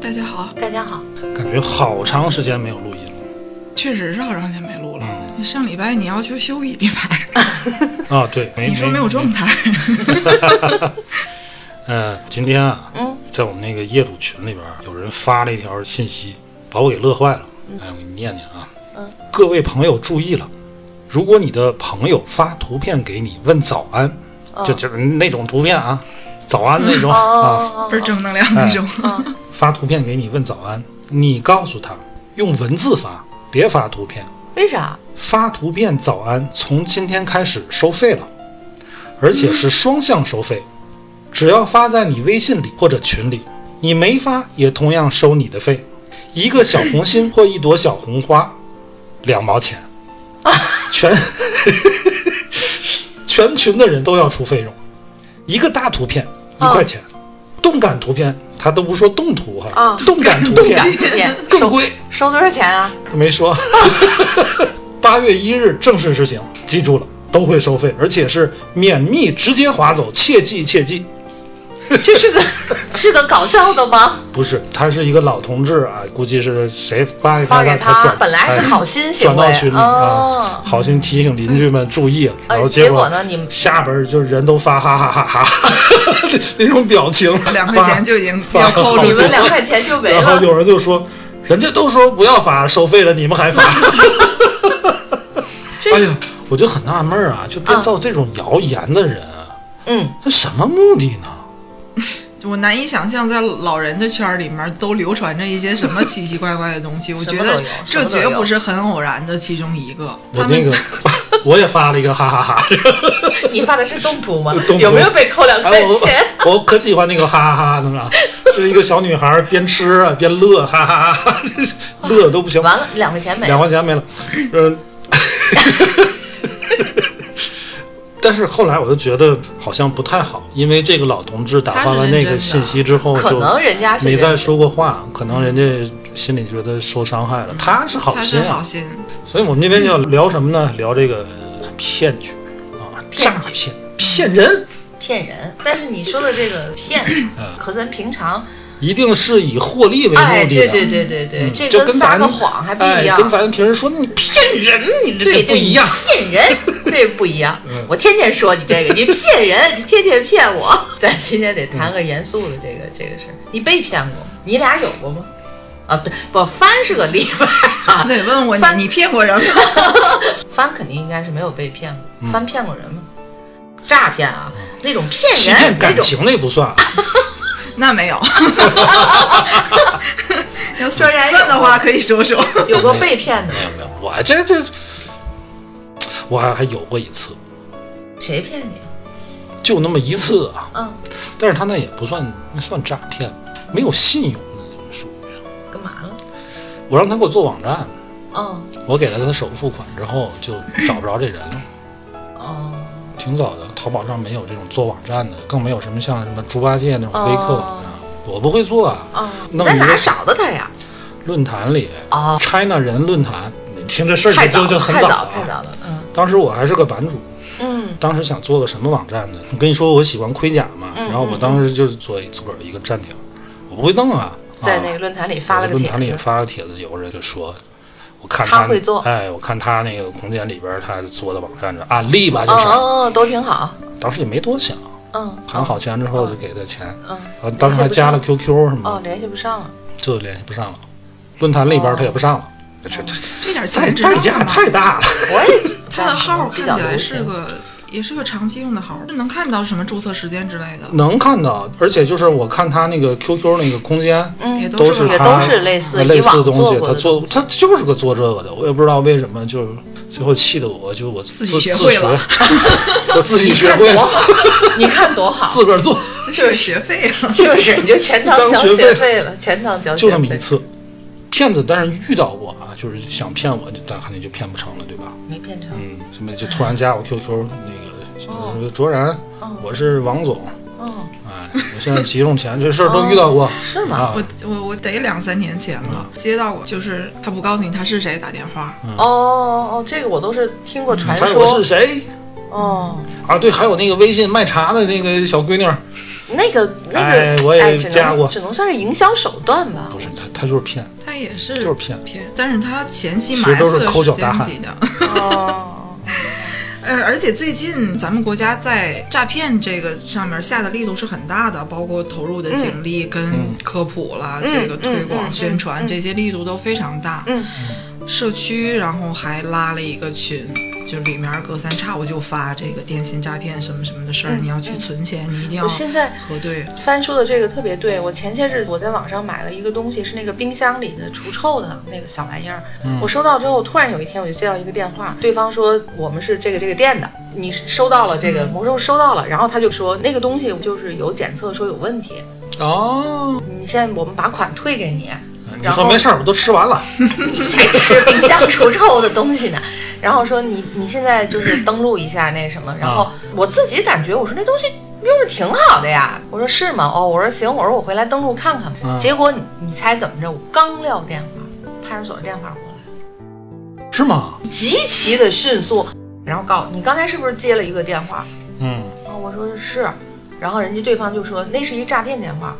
大家好，大家好。感觉好长时间没有录音确实是好长时间没录了。嗯上礼拜你要求休一礼拜，了啊。对，没你说哎没没有状态，呃，今天啊，嗯在我们那个业主群里边儿，有人发了一条信息，把我给乐坏了。哎，我给你念念啊。嗯。各位朋友注意了，如果你的朋友发图片给你问早安，就就是那种图片啊，早安那种、啊，哦 哦，不是正能量那种。 发图片给你问早安，你告诉他用文字发，别发图片。为啥？发图片早安从今天开始收费了，而且是双向收费，只要发在你微信里或者群里，你没发也同样收你的费，一个小红心或一朵小红花，两毛钱，全 全群的人都要出费用，一个大图片一块钱，哦动感图片他都不说动图哈，啊动感图动片感图片更收贵。收多少钱啊？没说。 八月一日正式实行，记住了，都会收费，而且是免密，直接划走，切记切记。这是个 是个搞笑的吗？不是，他是一个老同志啊，估计是谁发给他，发给他转，本来是好哎心行转到为群里、啊哦，。好心提醒邻居们注意，然后呃，结结果果呢？你们下边就人都发哈哈哈哈哈 那种表情，两块钱就已经发要扣发好住你了心，们两块钱就 没然 后了。有人就说，人家都说不要发，收费了，你们还 发。哎呀，我就很纳闷儿啊，就编造这种谣言的人，嗯，他什么目的呢？ 我难以想象，在老人的圈儿里面都流传着一些什么奇奇怪怪的东西。我什觉么都有得这什么绝都有不是很偶然的其中一个。我他那 个们我也发了一个哈哈哈？你发的是动图吗动图有没有被扣两块哎，钱？ 我我可喜欢那个哈哈哈的了，是一个小女孩儿边吃啊边乐，哈哈哈哈， 真是乐得都不行，完了，两块钱没两了。块钱没了，嗯。 但是后来我就觉得好像不太好，因为这个老同志打发了那个信息之后，可就能人家是没人再说过话，可能人家心里觉得受伤嗯害了。他是好他心是啊好，心，所以我们今天就要聊什么呢？聊这个骗局啊，诈骗、骗人，骗人，但是你说的这个骗，可咱平常一定是以获利嗯为目的的。哎，对对对对对，嗯这就跟跟撒咱个谎还不一哎样，跟咱平时说你骗人，你这这对不一样。嗯对你骗 人这不一样。我天天说你这个，你骗人，你天天骗我。咱今天得谈个严肃的这个这个事儿，你被骗过吗？你俩有过吗？啊，对，不，帆是个例外啊，得问我翻你，你骗过人吗？ 帆肯定应该是没有被骗嗯过，帆骗过人吗？诈骗啊，那种骗欺人骗那感种，情那不算啊，那没有。 要算虽然有算的话，可以说说。有过被骗的吗没，有没有，我这这，我还还有过一次，谁骗你？啊就那么一次啊。嗯，但是他那也不算那算诈骗，没有信用那种属于。干嘛了？我让他给我做网站，哦我给了他首付款之后，就找不着这人了。哦。挺早的，淘宝上没有这种做网站的，更没有什么像什么猪八戒那种微课网站，我不会做啊。哦，弄在一哪个儿找的他呀？论坛里哦，China 人论坛，你听这事儿太就早就就很太了早，啊太早了。嗯当时我还是个版主，嗯当时想做个什么网站呢？我跟你说我喜欢盔甲嘛，嗯然后我当时就是做自个儿一个站点，我不会弄啊。在那啊个论坛里发我了个论帖坛里也子，发了帖子，有人就说，我看他会做哎，我看他那个空间里边他做的网站这案例吧，就哦是、哦哦，都挺好。当时也没多想，嗯，谈好钱之后就给他钱，嗯然后当时还加了 QQ 什么的，哦，联系不上了。就联系不上了。论坛里边他也不上了，这这这点代钱值代得价吗？太大了。我也 他的号看起来比是较流行个也是个长期用的号，是能看到什么注册时间之类的。能看到，而且就是我看他那个 QQ 那个空间，也嗯，都都是是个也他都是类似类以似往的东做西，过他的做东西他就是个做这个的，我也不知道为什么，就是最后气得我就我自自己学会自了学 我自己学会多了， 好，你看多好，自个儿做，这是学费啊，是不 是？你就全当当交学学费费了，全当交学就费。那么一次。骗子，但是遇到过啊，就是想骗我，但肯定就骗不成了，对吧？没变成。嗯，什么就突然加我 QQ 那个哦什么卓然，哦我是王总，哦，哎，我现在急用钱，这事儿都遇到过，是吗？啊我我我得两三年前了，接到过，就是他不告诉你他是谁打电话，嗯哦哦哦，这个我都是听过传猜嗯我是说。谁哦，啊？对，还有那个微信卖茶的那个小闺女儿，那个那个，哎我也只加过能只能算是营销手段吧不。是她，她就是骗，他也是就是骗。偏，但是他前期其埋实都伏是的抠脚时大间汉比较。哦，呃，而且最近咱们国家在诈骗这个上面下的力度是很大的，包括投入的警力跟科普啦，这个推广、嗯嗯嗯宣传、这些力度都非常大。嗯，社区然后还拉了一个群，就里面隔三差五就发这个电信诈骗什么什么的事嗯儿，你要去存钱，你一定要我现在核对。帆说的这个特别对，我前些日子我在网上买了一个东西，是那个冰箱里的除臭的那个小玩意儿。嗯我收到之后，突然有一天我就接到一个电话，对方说我们是这个这个店的，你收到了这个，嗯我说收到了，然后他就说那个东西就是有检测说有问题，哦，你现在我们把款退给你。啊你然后说没事儿，我都吃完 了，才吃冰箱除臭的东西呢。然后说你你现在就是登录一下那什么，然后啊我自己感觉我说那东西用的挺好的呀，我说是吗？哦，我说行，我说我回来登录看看吧。嗯结果你你猜怎么着？我刚撂电话，派出所的电话过来，是吗？极其的迅速，然后告诉我你刚才是不是接了一个电话？嗯，啊、我说是，然后人家对方就说那是一诈骗电话，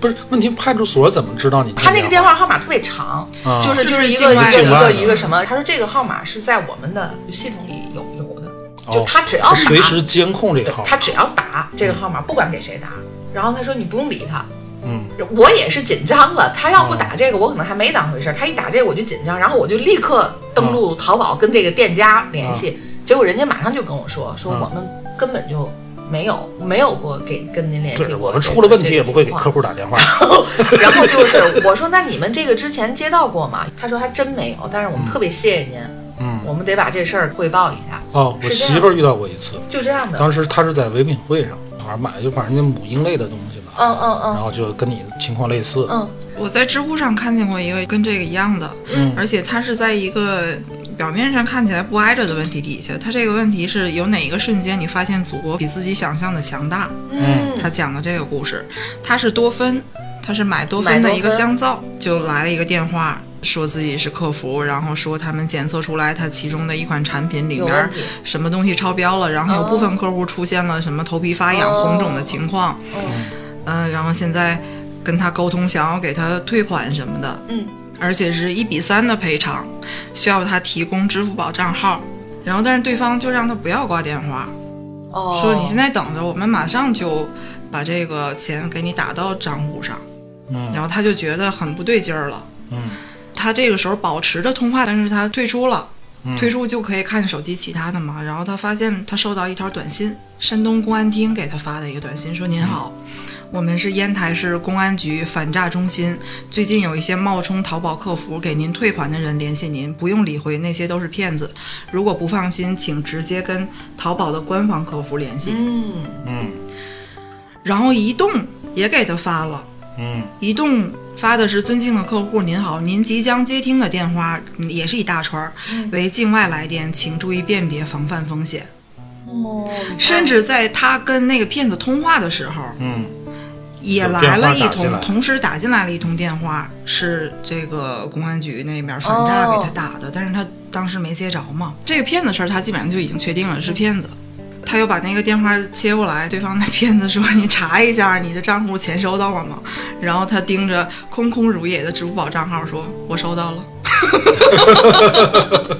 不是问题，派出所怎么知道你他那个电电话号码特别长，啊就是就就是是一境个一外个的一境外个的一个什么？他说这个号码是在我们的系统里有有的，就哦他只要打，随时监控这个号码？他只要打这个号码，不管给谁打。然后他说你不用理他，嗯，我也是紧张了。他要不打这个，我可能还没当回事儿。他一打这个我就紧张，然后我就立刻嗯登录淘宝跟这个店家联系。结果人家马上就跟我说，说嗯我们根本就没有没有过给跟您联系对，过。我们出了问题也不会给户。客户打电话。然 后就是我说，那你们这个之前接到过吗？他说还真没有，但是我们特别谢谢您，嗯，我们得把这事儿汇报一下，哦，我是这样媳妇儿遇到过一次，就这样的。当时她是在唯品会上，反正买就反正那母婴类的东西吧，嗯嗯然嗯后就跟你情况类似。嗯我在知乎上看见过一个跟这个一样的，嗯而且它是在一个表面上看起来不挨着的问题底下，它这个问题是有哪一个瞬间你发现祖国比自己想象的强大？嗯他讲的这个故事，他是多芬，他是买多芬的一个香皂，就来了一个电话，说自己是客服，然后说他们检测出来他其中的一款产品里有问面题什么东西超标了，然后有部分客户出现了什么头皮发痒、哦红肿的情况，嗯嗯、然后现在跟他沟通，想要给他退款什么的，嗯而且是一比三的赔偿，需要他提供支付宝账号，然后但是对方就让他不要挂电话，哦，说你现在等着，我们马上就把这个钱给你打到账户上。嗯然后他就觉得很不对劲儿了。嗯他这个时候保持着通话，但是他退出了，嗯，退出就可以看手机其他的嘛。然后他发现他收到一条短信，山东公安厅给他发的一个短信，说：“您好，嗯我们是烟台市公安局反诈中心，最近有一些冒充淘宝客服给您退款的人联系您，不用理会，那些都是骗子。如果不放心，请直接跟淘宝的官方客服联系。嗯嗯然后移动也给他发了。嗯移动发的是尊敬的客户，您好，您即将接听的电话嗯也是一大串儿，为境外来电，请注意辨别，防范风险。哦，甚至在他跟那个骗子通话的时候，嗯，也来了一有电话打进通来，同时打进来了一通电话，是这个公安局那边反诈给他打的，但是他当时没接着嘛。这个骗子事儿，他基本上就已经确定了是骗子。他又把那个电话切过来，对方那骗子说：“你查一下你的账户钱收到了吗？”然后他盯着空空如也的支付宝账号说：“我收到了。”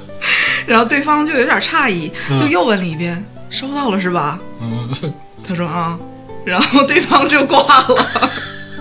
然后对方就有点诧异，就又问了一遍：“收到了是吧？”嗯，他说：“啊。”然后对方就挂了。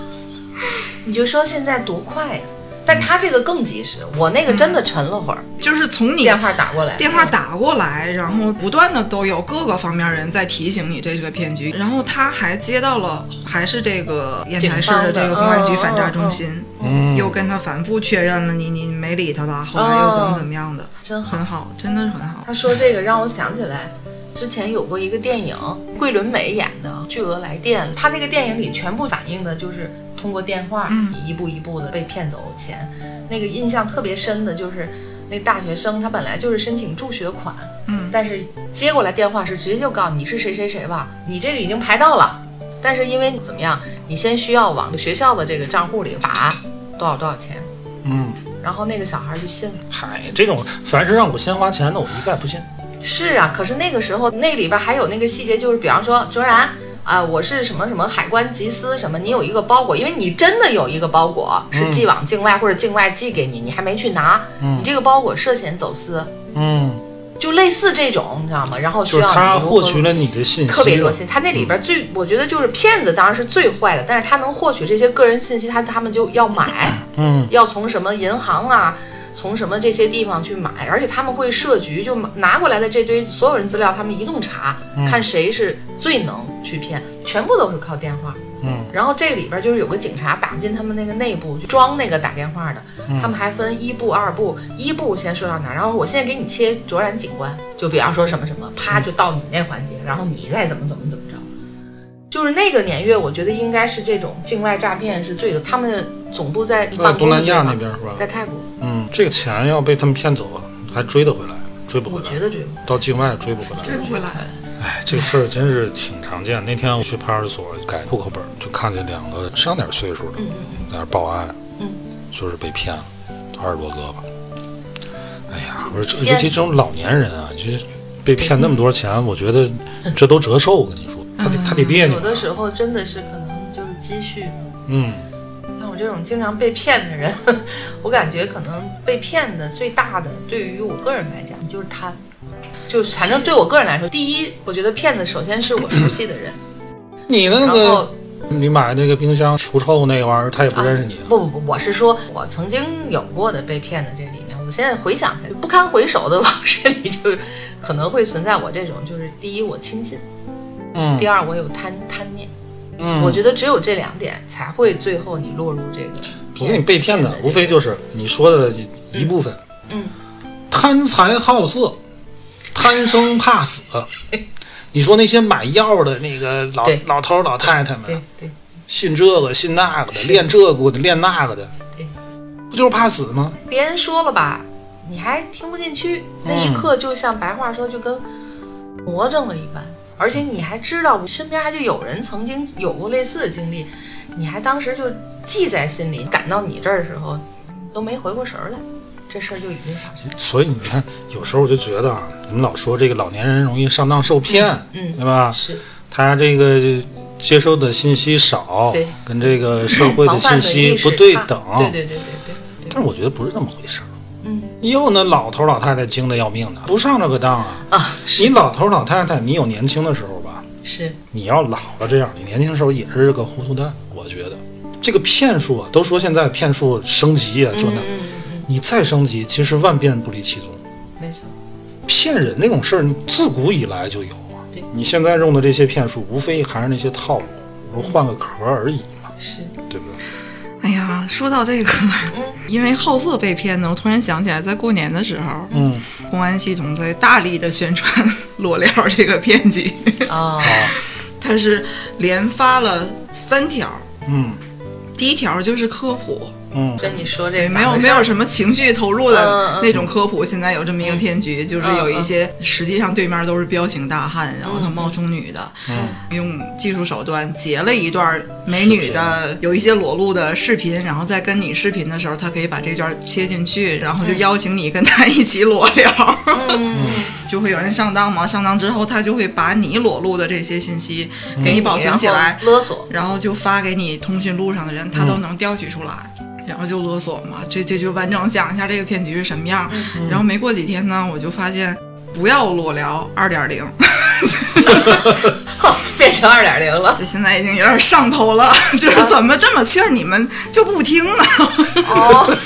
你就说现在多快呀！但他这个更及时，我那个真的沉了会儿，就是从你电话打过来，嗯电话打过来，然后不断的都有各个方面人在提醒你这是个骗局。然后他还接到了，还是这个烟台市的这个公安局反诈中心，嗯，又跟他反复确认了你你没理他吧，后来又怎么怎么样的，嗯真好。很好，真的是很好。他说这个让我想起来，之前有过一个电影，桂纶镁演的《巨额来电》，他那个电影里全部反映的就是通过电话，嗯一步一步的被骗走钱。那个印象特别深的就是。那大学生他本来就是申请助学款，嗯但是接过来电话是直接就告诉你是谁谁谁吧，你这个已经排到了，但是因为怎么样，你先需要往学校的这个账户里打多少多少钱，嗯，然后那个小孩就信了。嗨，这种凡是让我先花钱的，我一概不信。是啊，可是那个时候那里边还有那个细节，就是比方说卓然啊、我是什么什么海关缉私什么，你有一个包裹，因为你真的有一个包裹是寄往境外或者境外寄给你，你还没去拿，嗯你这个包裹涉嫌走私，嗯，就类似这种，你知道吗？然后就需是要他你如何获取了嗯你的信息，特别多信，他那里边最，我觉得就是骗子当然是最坏的，但是他能获取这些个人信息，他他们就要买，嗯，要从什么银行啊，从什么这些地方去买，而且他们会设局，就拿过来的这堆所有人资料，他们一通查，嗯看谁是最能去骗，全部都是靠电话。嗯，然后这里边就是有个警察打进他们那个内部去装那个打电话的，嗯他们还分一部、二部，一部先说到哪儿，然后我现在给你切卓然警官，就比方说什么什么，啪就到你那环节，然后你再怎么怎么怎么着。就是那个年月，我觉得应该是这种境外诈骗是最有，他们的总部在在办呃东公的南地亚方那边是吧？在泰国，嗯，这个钱要被他们骗走，还追得回来？追不我回觉来，得这个到境外追不回来。追不回来，哎，这个事儿真是挺常见。那天我去派出所改户口本儿，就看见两个上点岁数的嗯在那儿报案，嗯，就是被骗了，二十多个吧。哎呀，我说这天尤其这种老年人啊，就是被骗那么多钱，我觉得这都折寿。我跟你说，他得他得别嗯，扭有。的时候真的是可能就是积蓄。嗯，像我这种经常被骗的人，我感觉可能被骗的最大的，对于我个人来讲就是贪，就是反正对我个人来说，第一，我觉得骗子首先是我熟悉的人， 你那然个后你买那个冰箱除臭那个玩意儿，他也不认识你。不不不，我是说我曾经有过的被骗的这里面，我现在回想起来不堪回首的往事里，就是可能会存在我这种，就是第一我轻信，嗯第二我有贪贪念。嗯，我觉得只有这两点才会最后你落入这个我骗。给你被骗的，无非就是你说的一一部分。嗯，贪财好色，贪生怕 死。你说那些买药的那个老对老头儿老太太对们，对，信这个信那个的，练这个的练那个的对，不就是怕死吗？别人说了吧，你还听不进去，嗯那一刻就像白话说，就跟魔怔了一般。而且你还知道，身边还就有人曾经有过类似的经历，你还当时就记在心里，赶到你这儿的时候都没回过神儿来，这事儿就已经发生了。所以你看，有时候我就觉得啊，你们老说这个老年人容易上当受骗，嗯，对吧？是他这个接收的信息少对，跟这个社会防范信的息意识不对差等。对对对对对对，但是我觉得不是那么回事儿。嗯，又那老头老太太精的要命的，不上这个当啊！啊，你是老头老太太，你有年轻的时候吧？是，你要老了这样，你年轻的时候也是个糊涂蛋。我觉得这个骗术啊，都说现在骗术升级啊，这嗯那，嗯嗯，你再升级，其实万变不离其宗。没错，骗人这种事儿，你自古以来就有啊对。你现在用的这些骗术，无非还是那些套路，我换个壳儿而已嘛，是对不对？哎呀，说到这个，因为好色被骗呢，我突然想起来，在过年的时候，嗯，公安系统在大力的宣传裸聊这个骗 局，啊，它是连发了三条，嗯第一条就是科普，嗯跟你说这对，个没有咋回没事儿有什么情绪投入的嗯嗯嗯那种科普。现在有这么一个骗局，就是有一些实际上对面都是彪形大汉，然后嗯他冒充女的，嗯用技术手段截了一段美女的有一些裸露的视频，然后在跟你视频的时候，他可以把这段切进去，然嗯后就邀请你跟他一起裸聊。 就会有人上当嘛，上当之后他就会把你裸露的这些信息给你保存起来，嗯然后勒索，然后就发给你通讯录上的人，他都能调取出来，嗯然后就勒索嘛。这这就完整讲一下这个骗局是什么样。嗯然后没过几天呢，我就发现不要裸聊二点 零，变成二点零了。就现在已经有点 上头了，就是怎么这么劝你们就不听呢？哦，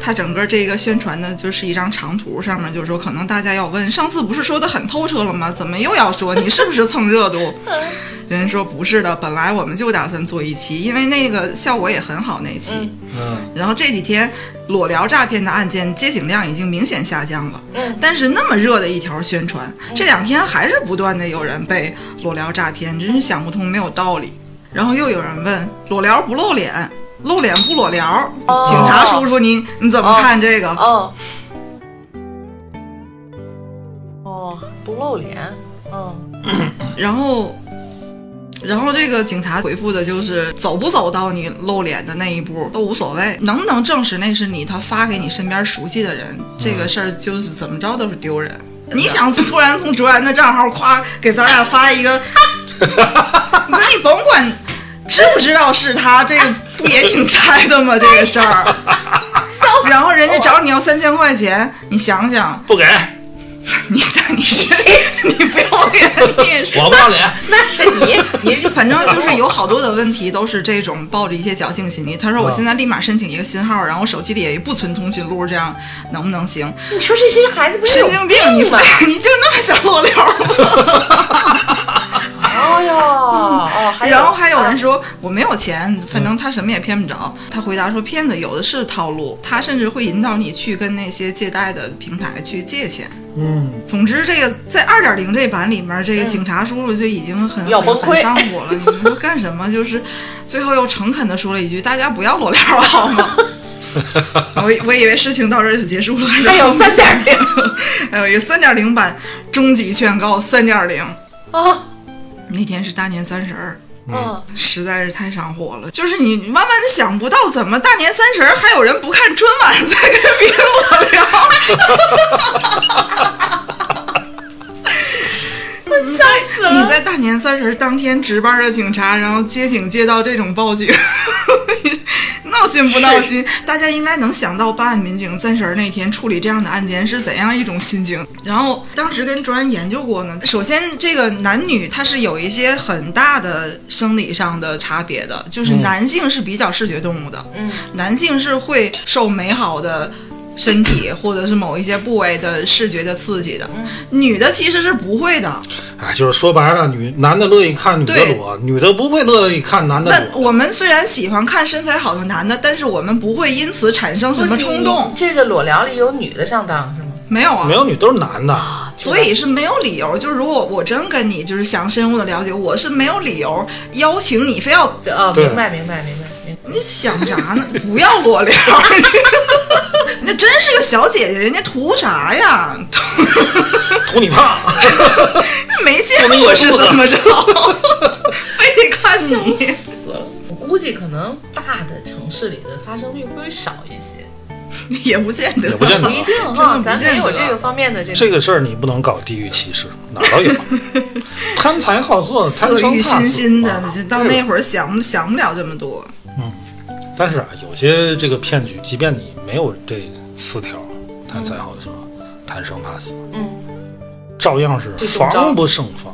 它整个这个宣传的就是一张长图，上面就是说，可能大家要问，上次不是说的很透彻了吗？怎么又要说？你是不是蹭热度？嗯人说不是的，本来我们就打算做一期，因为那个效果也很好那期。嗯嗯，然后这几天裸聊诈骗的案件接警量已经明显下降了，嗯但是那么热的一条宣传，这两天还是不断的有人被裸聊诈骗，真是想不通，没有道理。然后又有人问裸聊不露脸，露脸不裸聊，哦警察叔叔你你怎么看这个？哦，哦，不露脸，嗯，然后，然后这个警察回复的就是走不走到你露脸的那一步都无所谓，能不能证实那是你，他发给你身边熟悉的人，这个事儿就是怎么着都是丢人。你想从突然从卓然的账号夸给咱俩发一个，那你甭管知不知道是他，这个不也挺猜的吗？这个事儿，然后人家找你要三千块钱，你想想，不给，你你是 你不要脸，你也是我不要脸。那是你，你反正就是有好多的问题都是这种抱着一些侥幸心理。他说我现在立马申请一个新号，然后手机里也不存通讯录，这样能不能行？你说这些孩 子不是神有经病！你吗？你就那么想裸聊吗？哎呦，哦，还有然后还有人说我没有钱，反正他什么也骗不着。他回答说骗子有的是套路，他甚至会引导你去跟那些借贷的平台去借钱。 嗯，总之，这个在二点零这版里面，这个警察叔叔就已经很要很崩很溃上火了。你们都干什么？就是最后又诚恳的说了一句：“大家不要裸聊啊好吗？”我以我以为事情到这儿就结束了，还有三点，点零 还有一个三点零版终极劝告三点零。啊，那天是大年三十儿，嗯，实在是太上火了。就是你万万想不到，怎么大年三十儿还有人不看春晚在跟别人裸聊？笑死你了。在大年三十当天值班的警察，然后接警接到这种报警， 闹心不闹心？大家应该能想到办案民警三十那天处理这样的案件是怎样一种心情。然后当时跟卓然研究过呢，首先这个男女它是有一些很大的生理上的差别的，就是男性是比较视觉动物的，嗯，男性是会受美好的身体或者是某一些部位的视觉的刺激的，嗯女的其实是不会的。哎，就是说白了，女男的乐意看女的对裸，女的不会乐意看男的但裸。我们虽然喜欢看身材好的男的，但是我们不会因此产生什么冲不是动你，这个裸聊里有女的上当是吗？没有啊没。有女都是男的，所以是没有理由，就是如果我真跟你就是想深入的了解，我是没有理由邀请你，非要啊，对明白明白明白明白。你想啥呢？不要裸 聊，那真是个小姐姐，人家图啥呀？图你胖。没 见过是怎么着， 非得看你。我估计可能大的城市里的发生率会少一些，也不见 得，也哦不见啊不得一定真的哈，不咱见没有得这个方面的这 这个。个事儿你不能搞地域歧视，哪儿都有。贪财好色，贪色生欲怕熏死心啊的，你到对那会儿想不想不了这么多。但是啊，有些这个骗局，即便你没有这四条，贪财好色、贪生怕死，嗯照样是会中招防不胜防。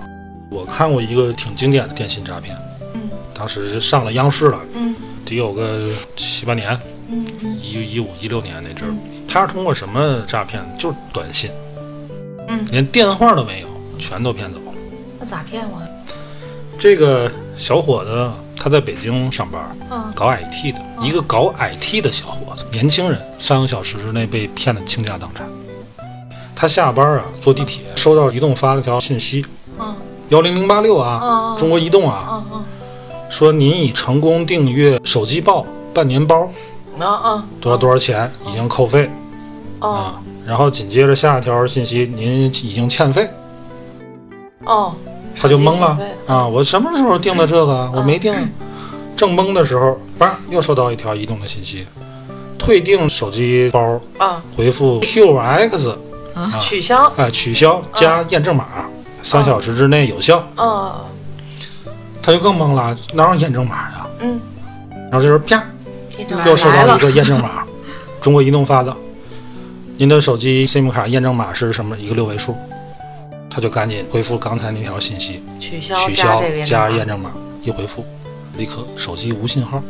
我看过一个挺经典的电信诈骗，嗯当时是上了央视了，嗯得有个七八年，嗯一一五一六年那阵儿，他是通过什么诈骗？就是短信，嗯连电话都没有，全都骗走。那咋骗我？这个小伙子他在北京上班，嗯搞 IT 的，一个搞 IT 的小伙子，年轻人，三个小时之内被骗得倾家荡产。他下班啊，坐地铁，收到移动发了条信息，嗯幺零零八六嗯啊嗯，中国移动啊，嗯嗯说您已成功订阅手机报半年包，嗯嗯多少多少钱，已经扣费哦啊。然后紧接着下一条信息，您已经欠费，哦，他就懵手了机欠费啊！我什么时候订的这个啊？我没订啊。正懵的时候，叭，又收到一条移动的信息，退订手机包，啊，回复 QX，取消哎，取嗯消加验证码，三小时之内有效。哦，他就更懵了，哪有验证码呀？嗯，然后这时候啪，你这又收来到了一，个验证码，中国移动发的，您的手机 SIM 卡验证码是什么？一个六位数。他就赶紧回复刚才那条信息，取消取加消这个加验验证证码，一回复，立刻手机无信号。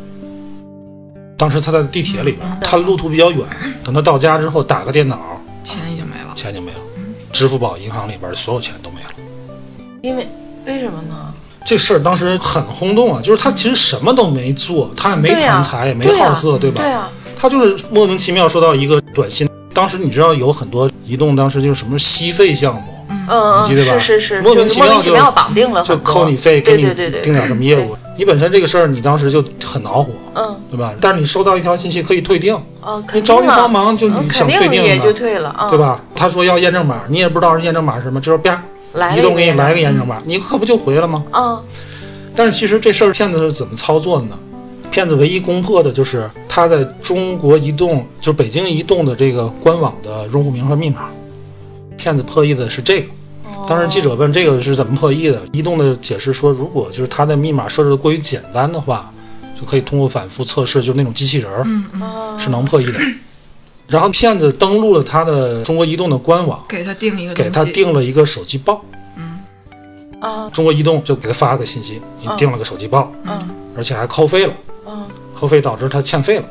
当时他在地铁里边，嗯他路途比较远，等他到家之后打个电脑，钱已经没了。钱就没了。支付宝银行里边所有钱都没了。因为为什么呢？这事儿当时很轰动啊，就是他其实什么都没做，他也没对呀贪财，也没对呀好色，对吧？对啊，他就是莫名其妙收到一个短信。当时你知道有很多移动，当时就是什么吸费项目，嗯嗯，你记得吧是是是，莫名就是其莫妙名其就妙绑定了就很多，扣你费，给对你对对对，定点什么业务。你本身这个事儿，你当时就很恼火，嗯对吧？但是你收到一条信息可以退订，嗯，你肯找定你啊帮忙就嗯你肯想退定订也就了，退了啊，对？吧？他说要验证码，你也不知道是验证码是什么，这时候啪，来移了一动给你来个人验证码，你可不就回了吗？嗯，但是其实这事儿骗子是怎么操作的呢？骗子唯一攻破的就是他在中国移动，就是北京移动的这个官网的用户名和密码。骗子破译的是这个。哦当时记者问这个是怎么破译的，移动的解释说，如果就是他的密码设置的过于简单的话，就可以通过反复测试，就是那种机器人儿哦是能破译的。然后骗子登录了他的中国移动的官网，给他定一个给东西，嗯哦他定了一个手机报。啊中国移动就给他发了个信息，你订了个手机报，嗯而且还扣费了。嗯扣费导致他欠费了。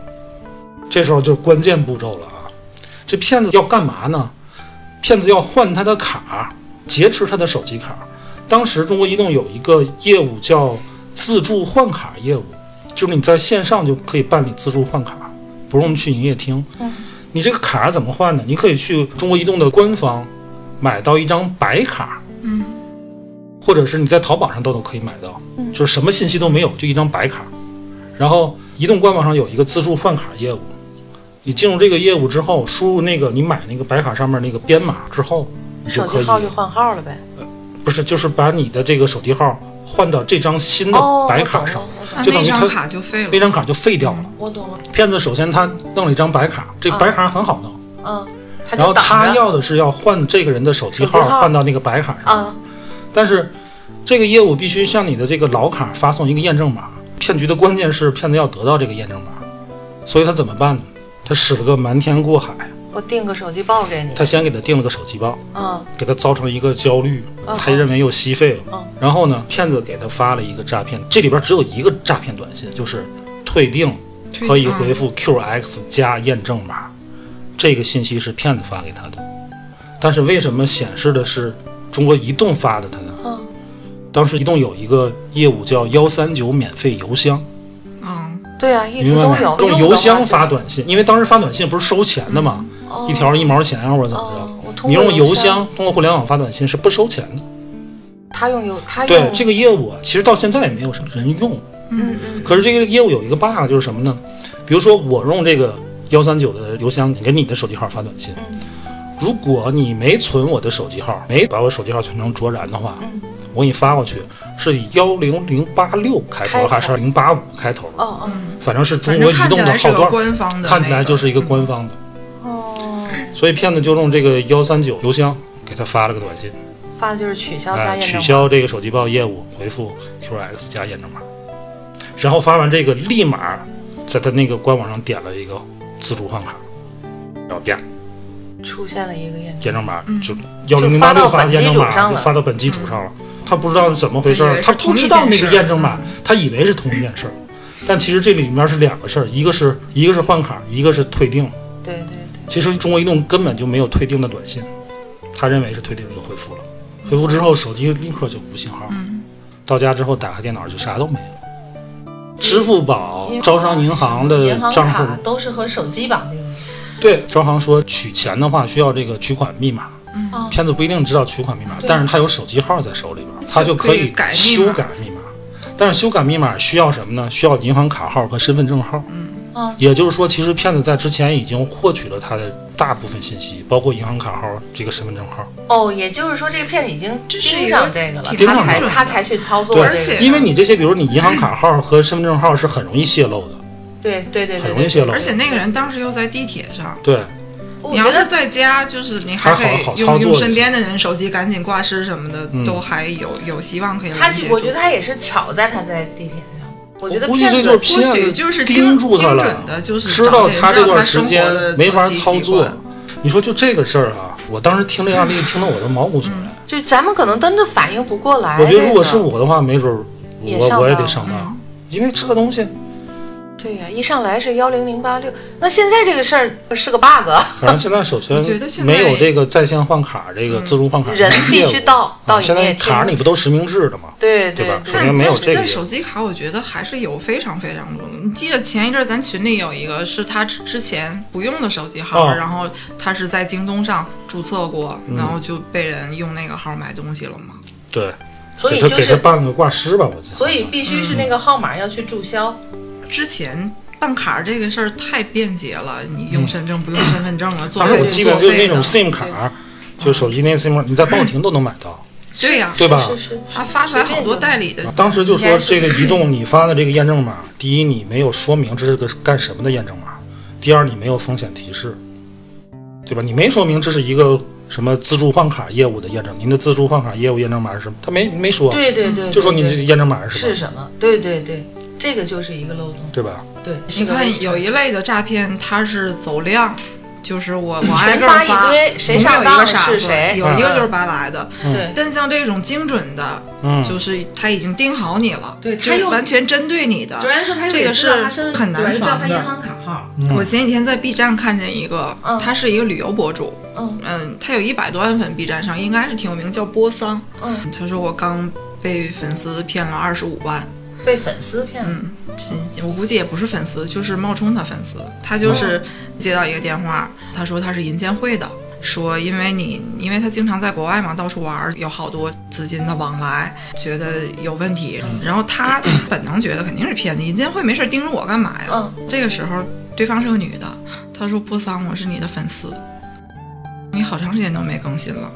这时候就关键步骤了啊！这骗子要干嘛呢？骗子要换他的卡，劫持他的手机卡。当时中国移动有一个业务叫自助换卡业务，就是你在线上就可以办理自助换卡，不用去营业厅。嗯你这个卡怎么换呢？你可以去中国移动的官方买到一张白卡，嗯或者是你在淘宝上都都可以买到，嗯就是什么信息都没有，就一张白卡。然后移动官网上有一个自助换卡业务，你进入这个业务之后，输入那个你买那个白卡上面那个编码之后，你就手可机以号就换号了呗。不是就是把你的这个手机号换到这张新的哦，白卡上，那就等啊那于张他卡就废了那。张卡就废掉了。我懂了，我懂了，骗子首先他弄了一张白卡，这个白卡很好弄，嗯，他然后就挡他着要的是要换这个人的手机手号机号换到那个白卡上，啊，但是这个业务必须向你的这个老卡发送一个验证码。骗局的关键是骗子要得到这个验证码，所以他怎么办呢？他使了个瞒天过海，我订个手机报给你，他先给他定了个手机包，嗯给他造成一个焦虑，嗯他认为又吸费了嗯。然后呢，骗子给他发了一个诈骗，这里边只有一个诈骗短信，就是退订退订可以嗯回复 QX 加验证码，这个信息是骗子发给他的。但是为什么显示的是中国移动发的他呢？嗯当时移动有一个业务叫幺三九免费邮箱，嗯，对啊，一直明白都吗有？用用邮的箱话发短信，因为当时发短信不是收钱的嘛，哦一条一毛钱啊或者怎么着。哦我通你用过邮邮箱，通过互联网发短信是不收钱的。他用邮，他对这个，个业务啊，其实到现在也没有什么人用。嗯嗯，可是这个业务有一个 bug 就是什么呢？比如说我用这个幺三九的邮箱给你的手机号发短信，嗯如果你没存我的手机号，没把我手机号全程卓然的话，嗯我给你发过去是以幺零零八六开开头头还是零八五开头，啊哦嗯哦反正是中反国正移看动起的来号是个段，官方的那个，看起来就是一个官方的，哦，所以骗子就用这个幺三九邮箱给他发了个短信。发的就是取消加哎，验证取码，消这个手机报业务，回复 QX 加验证码，然后发完这个立马在他那个官网上点了一个自助换卡，然后啪出现了一个验证验证码就幺零零八嗯就六发发到的本验证基础码上就了嗯发到本机主上了，他不知道是怎么回事他以儿，为他是不同知一道件那个事儿验证码，嗯他以为是同一件事儿，但其实这里面是两个事儿，一个是一个是换卡，一个是退订。码，对对对，其实中国移动根本就没有退订的短信，他认为是退订就恢复了，恢复之后手机立刻就无信号，嗯到家之后打开电脑就啥都没了。支付宝因为、招商银行的银行呃账户卡，都是和手机绑定的，对招行说取钱的话需要这个取款密码，嗯哦骗子不一定知道取款密码，对但是他有手机号在手里边，他就可以以改密码修改密码。但是修改密码需要什么呢？需要银行卡号和身份证号。哦嗯也就是说，其实骗子在之前已经获取了他的大部分信息，包括银行卡号、这个身份证号。哦，也就是说，这个骗子已经这是一盯个上这个了，挺他精才准的他才去操作对这个，而且因为你这些，比如你银行卡号和身份证号是很容易泄露的，对对对很对容易对，泄露的。而且那个人当时又在地铁上。对我你要觉是得在家，就是你还可还好好以操作用用一下身边的人手机赶紧挂失什么的，嗯都还有有希望可以他拦截，住。我觉得他也是巧在他在地铁上，我觉得我估计骗这子就是或许就是盯精住他精了准的，就是知找道这人他知道段他时生活间的没法作息操习作惯。你说就这个事儿啊，我当时听这案嗯例，听得我都毛骨悚然。就咱们可能真的反应不过来。我觉得如果这是个我的话，没准儿也我上嗯我也 当得上当，因为这个东西对呀、一上来是幺零零八六，那现在这个事儿是个 bug，反正现在首先我觉得现在嗯没有这个在线换卡这个自助换卡人必须到啊到营业现在厅卡你不都实名制的吗？对对吧首对，但先没有但是这个但业务手机卡我觉得还是有非常非常多的。你记得前一阵儿咱群里有一个是他之之前不用的手机号，哦嗯然后他是在京东上注册过，然后就被人用那个号买东西了嘛。对，所以给就他给他嗯是办个挂失吧，我觉得。所以必须是那个号码要去注销。之前办卡儿这个事儿太便捷了，你用身份证不用身份证了，作当时废我就基作本就是那废种的。 SIM 卡，就手机那 SIM 卡，你在报亭都能买到。对呀、对吧是是是，他发出来好多代理的啊当时就呃应说该是这个移动你发的这个验证码，第一你没有说明这是个干什么的验证码，第二你没有风险提示，对吧？你没说明这是一个什么自助换卡业务的验证，您的自助换卡业务验证码是什么？他没没说，对对对，嗯就说你对这验证码是什么，是什么？对对对，这个就是一个漏洞。对吧？对，是你个危看险有一类的诈骗，它是走量，就是我我挨全个发儿一堆，谁总有上一当个了傻是子，谁？嗯有一个就是嗯扒来的。对但像这种精准的，嗯，就是他已经盯好你了，对就他是又完全针对你的。然说他这个是很难防的。卡号，嗯我前几天在 B 站看见一个，嗯他是一个旅游博主，嗯嗯，他有一百多万粉，B 站上应该是挺有名，叫波桑。嗯，他说我刚被粉丝骗了二十五万，被粉丝骗了，嗯，这我估计也不是粉丝，就是冒充他粉丝。他就是接到一个电话，他说他是银监会的，说因为你，因为他经常在国外嘛，到处玩儿，有好多资金的往来，觉得有问题。然后他本能觉得肯定是骗子，银监会没事儿盯着我干嘛呀？嗯这个时候，对方是个女的，她说：“波桑，我是你的粉丝，你好长时间都没更新了。”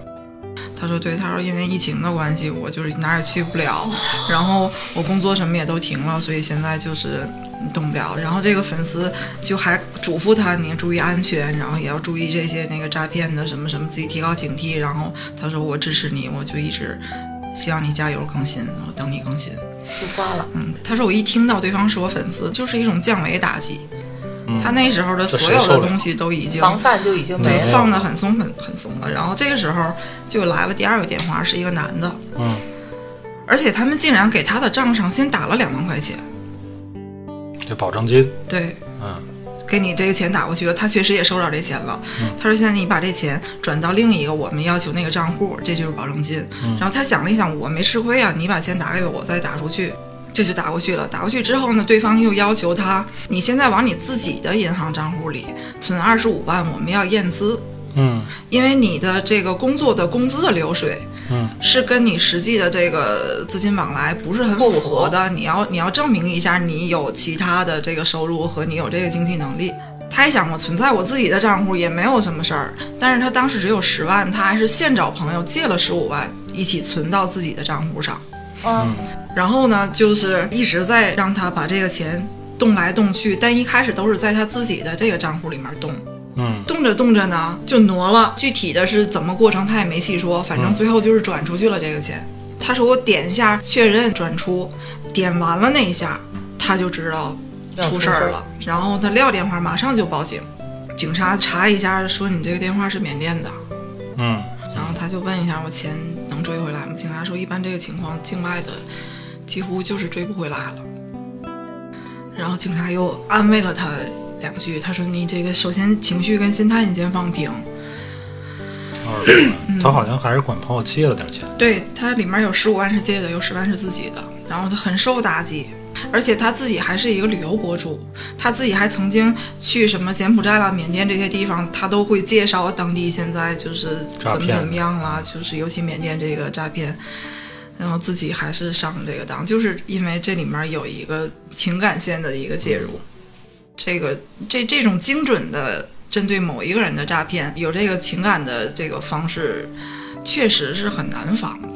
她说：“对，她说因为疫情的关系，我就是哪儿也去不了，然后我工作什么也都停了，所以现在就是嗯动不了。”然后这个粉丝就还嘱咐她：“你注意安全，然后也要注意这些那个诈骗的什么什么，自己提高警惕。”然后她说：“我支持你，我就一直希望你加油更新，我等你更新。”就抓了。嗯，他说我一听到对方是我粉丝，就是一种降维打击。他那时候的嗯这谁所有受的得了东西都已经防范就已经就没了，放得很松很很松了。然后这个时候就来了第二个电话，是一个男的，嗯，而且他们竟然给他的账上先打了两万块钱，这保证金，对，嗯，给你这个钱打过去了，他确实也收着这钱了。他说现在你把这钱转到另一个我们要求那个账户，这就是保证金。然后他想了一想，我没吃亏啊，你把钱打给我，我再打出去。这就打过去了，打过去之后呢，对方又要求他，你现在往你自己的银行账户里存二十五万，我们要验资，嗯因为你的这个工作的工资的流水嗯，是跟你实际的这个资金往来不是很符合的，你要你要证明一下你有其他的这个收入和你有这个经济能力。他也想过存在我自己的账户也没有什么事儿，但是他当时只有十万，他还是现找朋友借了十五万一起存到自己的账户上，嗯，然后呢，就是一直在让他把这个钱动来动去，但一开始都是在他自己的这个账户里面动，嗯，动着动着呢就挪了，具体的是怎么过程他也没细说，反正最后就是转出去了这个钱。他说我点一下确认转出，点完了那一下他就知道出事儿了，然后他撂电话马上就报警，警察查了一下说你这个电话是缅甸的，嗯，然后他就问一下我钱能追回来吗？警察说一般这个情况境外的几乎就是追不回来了。然后警察又安慰了他两句，他说你这个首先情绪跟心态你先放平。二十嗯万，他好像还是管朋友借了点钱，对，他里面有十五万是借的，有十万是自己的，然后他很受打击。而且他自己还是一个旅游博主，他自己还曾经去什么柬埔寨啦、缅甸这些地方，他都会介绍当地现在就是诈怎么骗怎么样啦，就是尤其缅甸这个诈骗，然后自己还是上了这个当，就是因为这里面有一个情感线的一个介入，这个这这种精准的针对某一个人的诈骗，有这个情感的这个方式，确实是很难防的。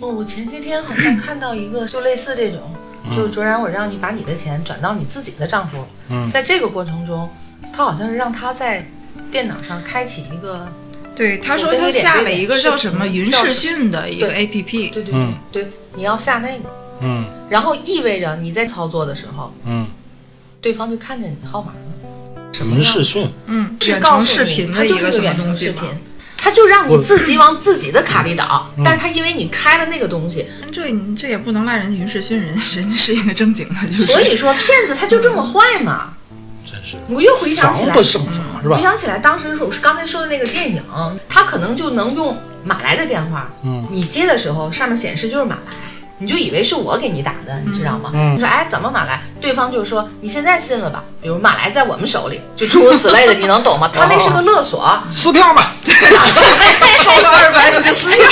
哦，我前些天好 像看到一个，就类似这种，就卓然，我让你把你的钱转到你自己的账户。嗯在这个过程中，他好像是让他在电脑上开启一个，对，他说他下了一个叫什么云视讯的一个对 APP，对对对嗯对，你要下那个，嗯然后意味着你在操作的时候，嗯，对方就看见你号码了，云视讯，嗯，是远告程诉视你频它的就一是个什么远程东西视吧频。。他就让你我嗯自己往自己的卡里倒，但是他因为你开了那个东西，这你这也不能赖人家云世勋，人人家是一个正经的，就是所以说骗子他就这么坏嘛。真是我又回想防起来不，胜防是吧回？想起来当时是我是刚才说的那个电影，他可能就能用马来的电话，嗯你接的时候上面显示就是马来。你就以为是我给你打的，你知道吗？嗯你说哎，怎么马来？对方就说你现在信了吧？比如马来在我们手里，就诸如此类的，你 能懂吗？他那是个勒索，撕票吧， 掏个二百你就撕票。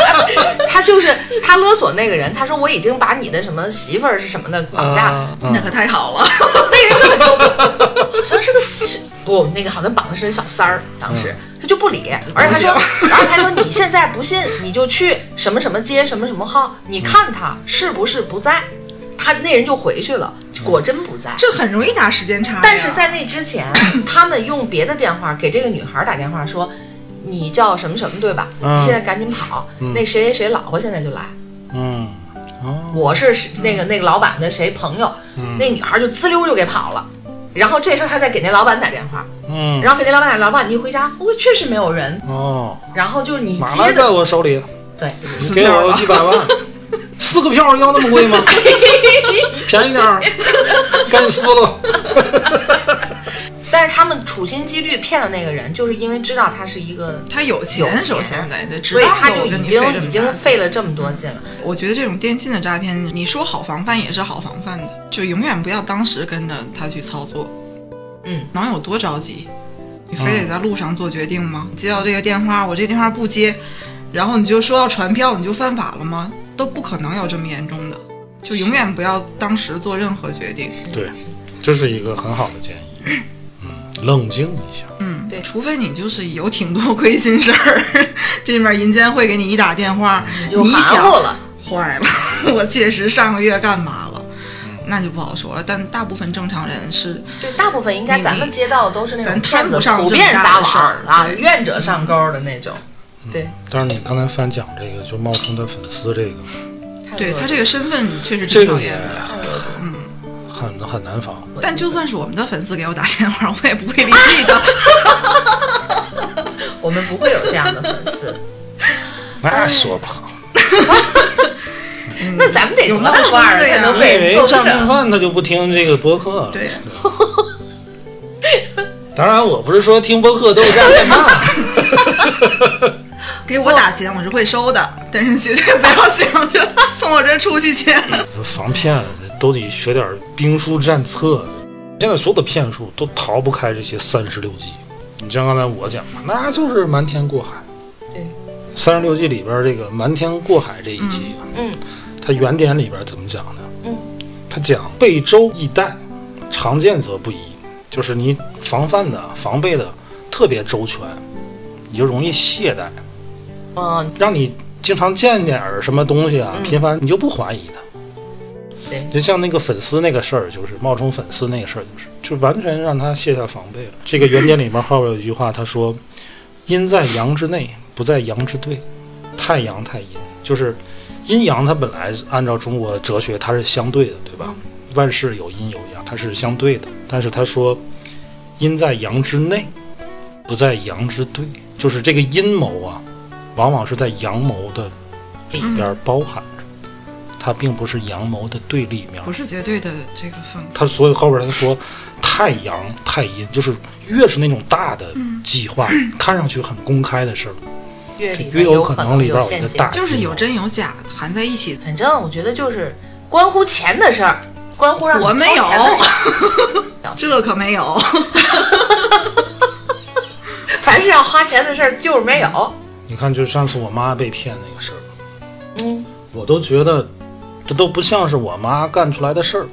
他就是他勒索那个人，他说我已经把你的什么媳妇儿是什么的绑架了，啊那可太好了，那人根本就好像是个四十不，那个好像绑的是小三儿，当时、嗯他就不理，而且他说，然后他说你现在不信你就去什么什么街什么什么号，嗯你看他是不是不在，他那人就回去了，嗯果真不哎在。这很容易打时间差呀。但是在那之前，他们用别的电话给这个女孩打电话说，你叫什么什么对吧？嗯现在赶紧跑，那谁谁谁老婆现在就来。嗯，嗯哦，我是谁那个那个老板的谁朋友，那女孩就滋溜就给跑了。然后这时候他再给那老板打电话，嗯，然后给那老板打，老板你一回家，我确实没有人。哦，然后就是你马接来在着我手里，对，你撕给票我吧一百 万，撕个票要那么 贵吗？便宜点儿，赶紧撕了。但是他们处心积虑骗的那个人，就是因为知道他是一个，他有有钱，钱首先得得知所以道他我就跟已你费这么经大已经劲费了这么多劲了。我觉得这种电信的诈骗，你说好防范也是好防范的，就永远不要当时跟着他去操作。嗯，能有多着急？你非得在路上做决定吗？接到这个电话，我这个电话不接，然后你就说要传票，你就犯法了吗？都不可能有这么严重的，就永远不要当时做任何决定。 对，这是一个很好的建议。嗯，冷静一下。嗯，对除非你就是有挺多亏心事儿， 这面银监会给你一打电话，你你就含想糊了，坏了， 我确实上个月干嘛了，嗯那就不好说了。但大部分正常人是对，大部分应该你咱们接到的都是那种咱骗摊子不上普这遍么撒大的事网儿啊，愿者上钩的那种。对，但是你刚才翻讲这个，就冒充他粉丝这个，太对多他了这个身份确实这挺讨个厌也嗯的。很很难防。但就算是我们的粉丝给我打电话，我也不会理你的。 我们不会有这样的粉 丝。那说不好，那咱们得有多大冒充腕儿的才呀我能以被为揍诈骗上？犯他就不听这个播客了。对，当然我不是说听播客都是诈骗犯，给我打钱我是会收的，但是绝对不要想着 从我这儿出去钱。防骗都得学点兵书战策。现在所有的骗术都逃不开这些三十六计。你像刚才我讲的，那就是瞒天过海。对，三十六计里边这个瞒天过海这一计，啊嗯，它原点里边怎么讲呢？嗯，它讲备周易殆，常见则不疑，就是你防范的、防备的特别周全，你就容易懈怠。嗯，让你经常见点儿什么东西啊，频繁你就不怀疑它。对就像那个粉丝那个事儿，就是冒充粉丝那个事儿，就是就完全让他卸下防备了。这个原点里面后边有一句话，他说：“阴在阳之内，不在阳之对，太阳太阴。”就是阴阳，它本来按照中国哲学它是相对的，对吧？万事有阴有阳，它是相对的。但是他说：“阴在阳之内，不在阳之对。”就是这个阴谋啊，往往是在阳谋的里边儿包含着，它并不是阳谋的对立面儿。不是绝对的这个分他所以后边他说太阳太阴，就是越是那种大的计划，看上去很公开的事儿，越这里越边有有可能能里边有有一陷个阱。大，就是有。真有假含在一起。反正我觉得就是关乎钱的事儿，关乎让你我没有掏钱的事 儿，这可没有， 凡是要花钱的事儿就是没有。你看，就上次我妈被骗那个事儿，嗯，我都觉得这都不像是我妈干出来的事儿。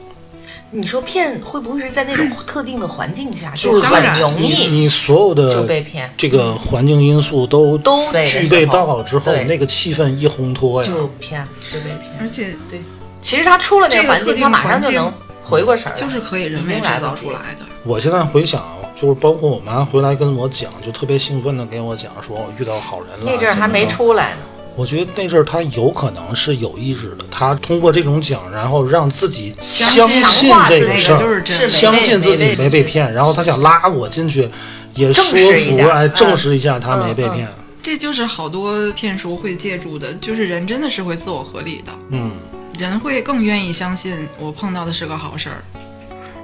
你说骗会不会是在那种特定的环境下，就是是很当然容你易你所有就的被骗，这个环境因素都都被具备到了之后，对那个气氛一烘托呀，就骗就被而骗？且对，其实他出了这这个环特境，定他马上环就境能回过神儿来，就是可以人为制造出来的。我现在回想，就是包括我妈回来跟我讲，就特别兴奋的跟我讲，说哦我遇到好人了。那阵儿怎么还没着。出来呢。我觉得那阵儿她有可能是有意识的，她通过这种讲，然后让自己相信信这那个个事就儿，是真的，是相没被信自己没被没被骗，然后她想拉我进去，也说证实一服下哎，嗯证实一下她没被嗯骗。这就是好多骗术会借助的，就是人真的是会自我合理的，嗯，人会更愿意相信我碰到的是个好事儿，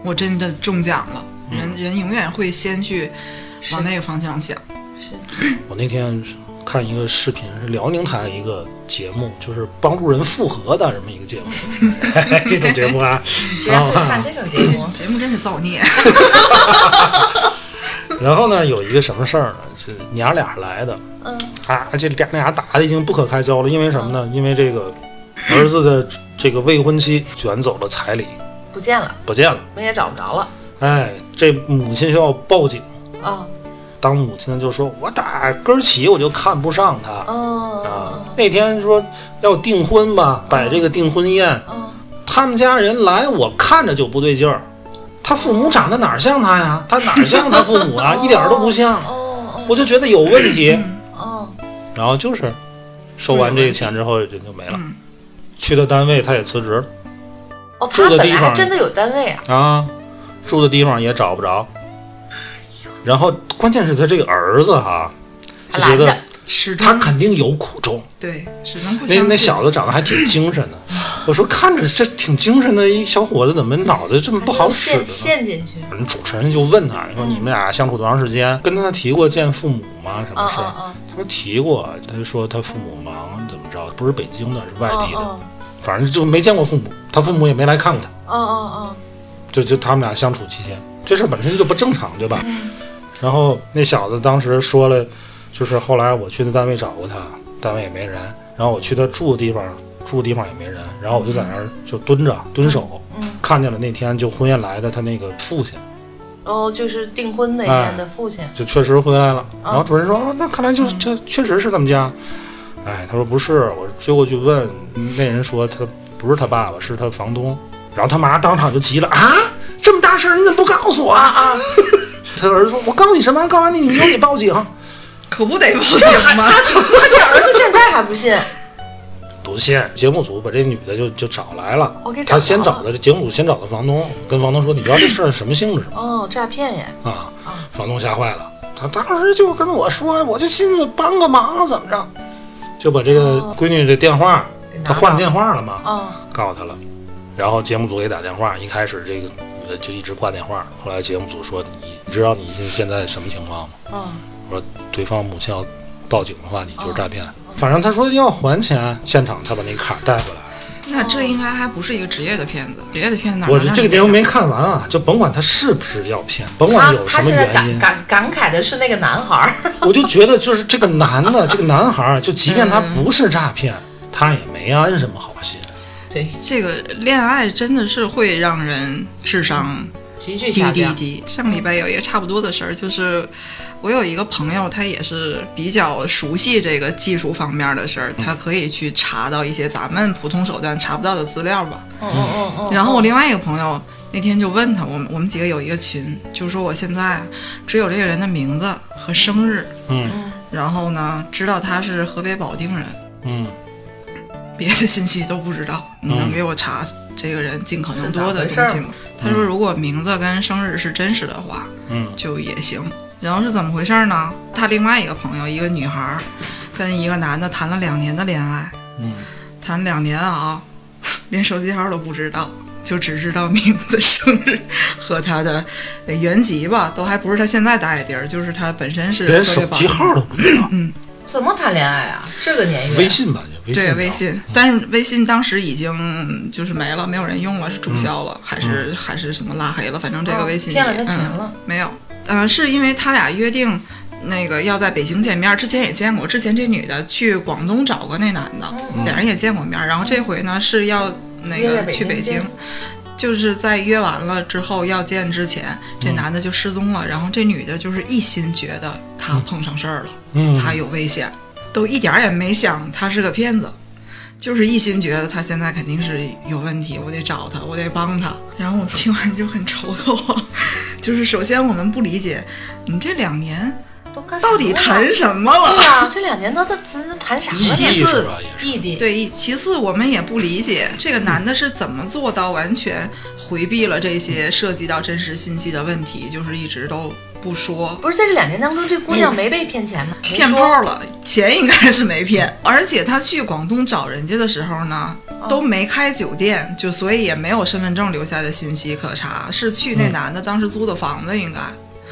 我真的中奖了。人嗯人永远会先去往那个方向想，，哦我那天看一个视频，是辽宁台一个节目，就是帮助人复合的这么一个节目， 这种节目啊，居然然后会看这种节啊目节目真是造 孽。然后呢，有一个什么事儿呢？是娘俩来的，嗯，啊，这俩俩打的已经不可开交了，因为什么呢？因为这个儿子的这个未婚妻卷走了彩礼，不见了，不见了。我们也找不着了哎，这母亲就要报警。啊，当母亲的就说：“我打根儿起我就看不上他哦啊嗯。那天说要订婚吧，摆这个订婚宴，嗯他们家人来，我看着就不对劲儿。他父母长得哪儿像他呀？他哪儿像他父母啊？一点儿都不像。哦我就觉得有问题。哦哦，然后就是收完这个钱之后，人就没了。去的单位他也辞职哦，住他的本地来方还真的有单位啊，了啊，住的地方也找不着。然后关键是他这个儿子哈、就觉拦着得始他终肯定有苦衷。对，始终不那相信。那小子长得还挺精神的，我说看着这挺精神的一小伙子，怎么脑袋这么不好使的陷呢？陷进去。人主持人就问他，说你们俩相处多长时间？跟他提过见父母吗？什么啊事啊儿？啊！他说提过，他说他父母忙，怎么着？不是北京的，是外哦地的。哦反正就没见过父母，他父母也没来看过他，哦哦就就他们俩相处期间，这事儿本身就不正常，对吧？然后那小子当时说了，就是后来我去他单位找过他，单位也没人，然后我去他住的地方，住的地方也没人，然后我就在那儿就蹲着蹲守，看见了那天就婚宴来的他那个父亲，哦哦，就是订婚那天哎的父亲。就确实回来了。然后主任说：“啊，那看来就是嗯这确实是他们家。”哎，他说不是，我追过去问，那人说他不是他爸爸，是他房东。然后他妈当场就急了啊！这么大事儿你怎么不告诉我啊啊！ 他儿子说：“我告诉你什么？告诉你，你又得报警。可不得报警 吗？他这儿子现在还不信，不信，节目组把这女的就就找来了我哦给。找他先着找的节目组先找的房东，跟房东说：“你知道这事儿什么性质吗？”哦，诈骗呀！啊，房东吓坏了，他当时就跟我说，我就寻思帮个忙怎么着，就把这个闺女的电话，给拿他了换电话了嘛，哦告诉他了，然后节目组给打电话，一开始这个女的就一直挂电话，后来节目组说你你知道你现在什么情况吗？哦我说对方母亲要报警的话，你就是诈骗，哦反正他说要还钱，现场他把那卡带回来了。那这应该还不是一个职业的骗子，职业的骗子哪能我让这个你节目样没看完啊，就甭管他是不是要骗，甭他管有什他么现在原感因，感感慨的是那个男孩儿， 我就觉得就是这个男的，这个男孩儿，就即便他不是诈骗，嗯他也没安什么好心。对，这个恋爱真的是会让人智商急剧低下低降。低。上礼拜有一个差不多的事儿，就是我有一个朋友，他也是比较熟悉这个技术方面的事儿，他可以去查到一些咱们普通手段查不到的资料吧。嗯嗯嗯嗯。然后我另外一个朋友那天就问他，我们我们几个有一个群，就说我现在只有这个人的名字和生日，嗯然后呢知道他是河北保定人，嗯别的信息都不知道，你嗯能给我查这个人尽可能是咋多的回东事西儿吗？他说，如果名字跟生日是真实的话，嗯就也行。然后是怎么回事呢？他另外一个朋友，一个女孩儿，跟一个男的谈了两年的恋爱，嗯，谈两年啊， 连手机号都不知道，就只知道名字、生日和他的呃原籍吧，都还不是他现在待的地儿，就是他本身是连河手北保机定号都不知道，怎么谈恋爱啊？这个年月，微信吧，就微信嗯对吧微。信，但是微信当时已经就是没了，没有人用了，是注嗯销了，还是、还是什么拉黑了？反正这个哦微信也、骗了他钱了嗯，没有。呃，是因为他俩约定那个要在北京见面，之前也见过，之前这女的去广东找过那男哦的，嗯俩人也见过面，然后这回呢是要那约个在北去京北见京。就是在约完了之后要见之前，嗯这男的就失踪了，然后这女的就是一心觉得他碰上事儿了，嗯他有危险，都一点儿也没想他是个骗子，就是一心觉得他现在肯定是有问题，我得找他，我得帮他。然后我们嗯 听完就很愁得慌，就是首先我们不理解，你这两年都干到底谈啥什么了？对呀，这两年他他咱咱谈啥了一呢？起其次是吧？也是异地，对，其次我们也不理解这个男的是怎么做到完全回避了这些涉及到真实信息的问题，就是一直都不说。不是在这两年当中，这姑娘没被骗钱吗？没嗯骗说炮了，钱应该是没骗，而且他去广东找人家的时候呢，都没开酒店，就所以也没有身份证留下的信息可查，是去那男的当时租的房子应该，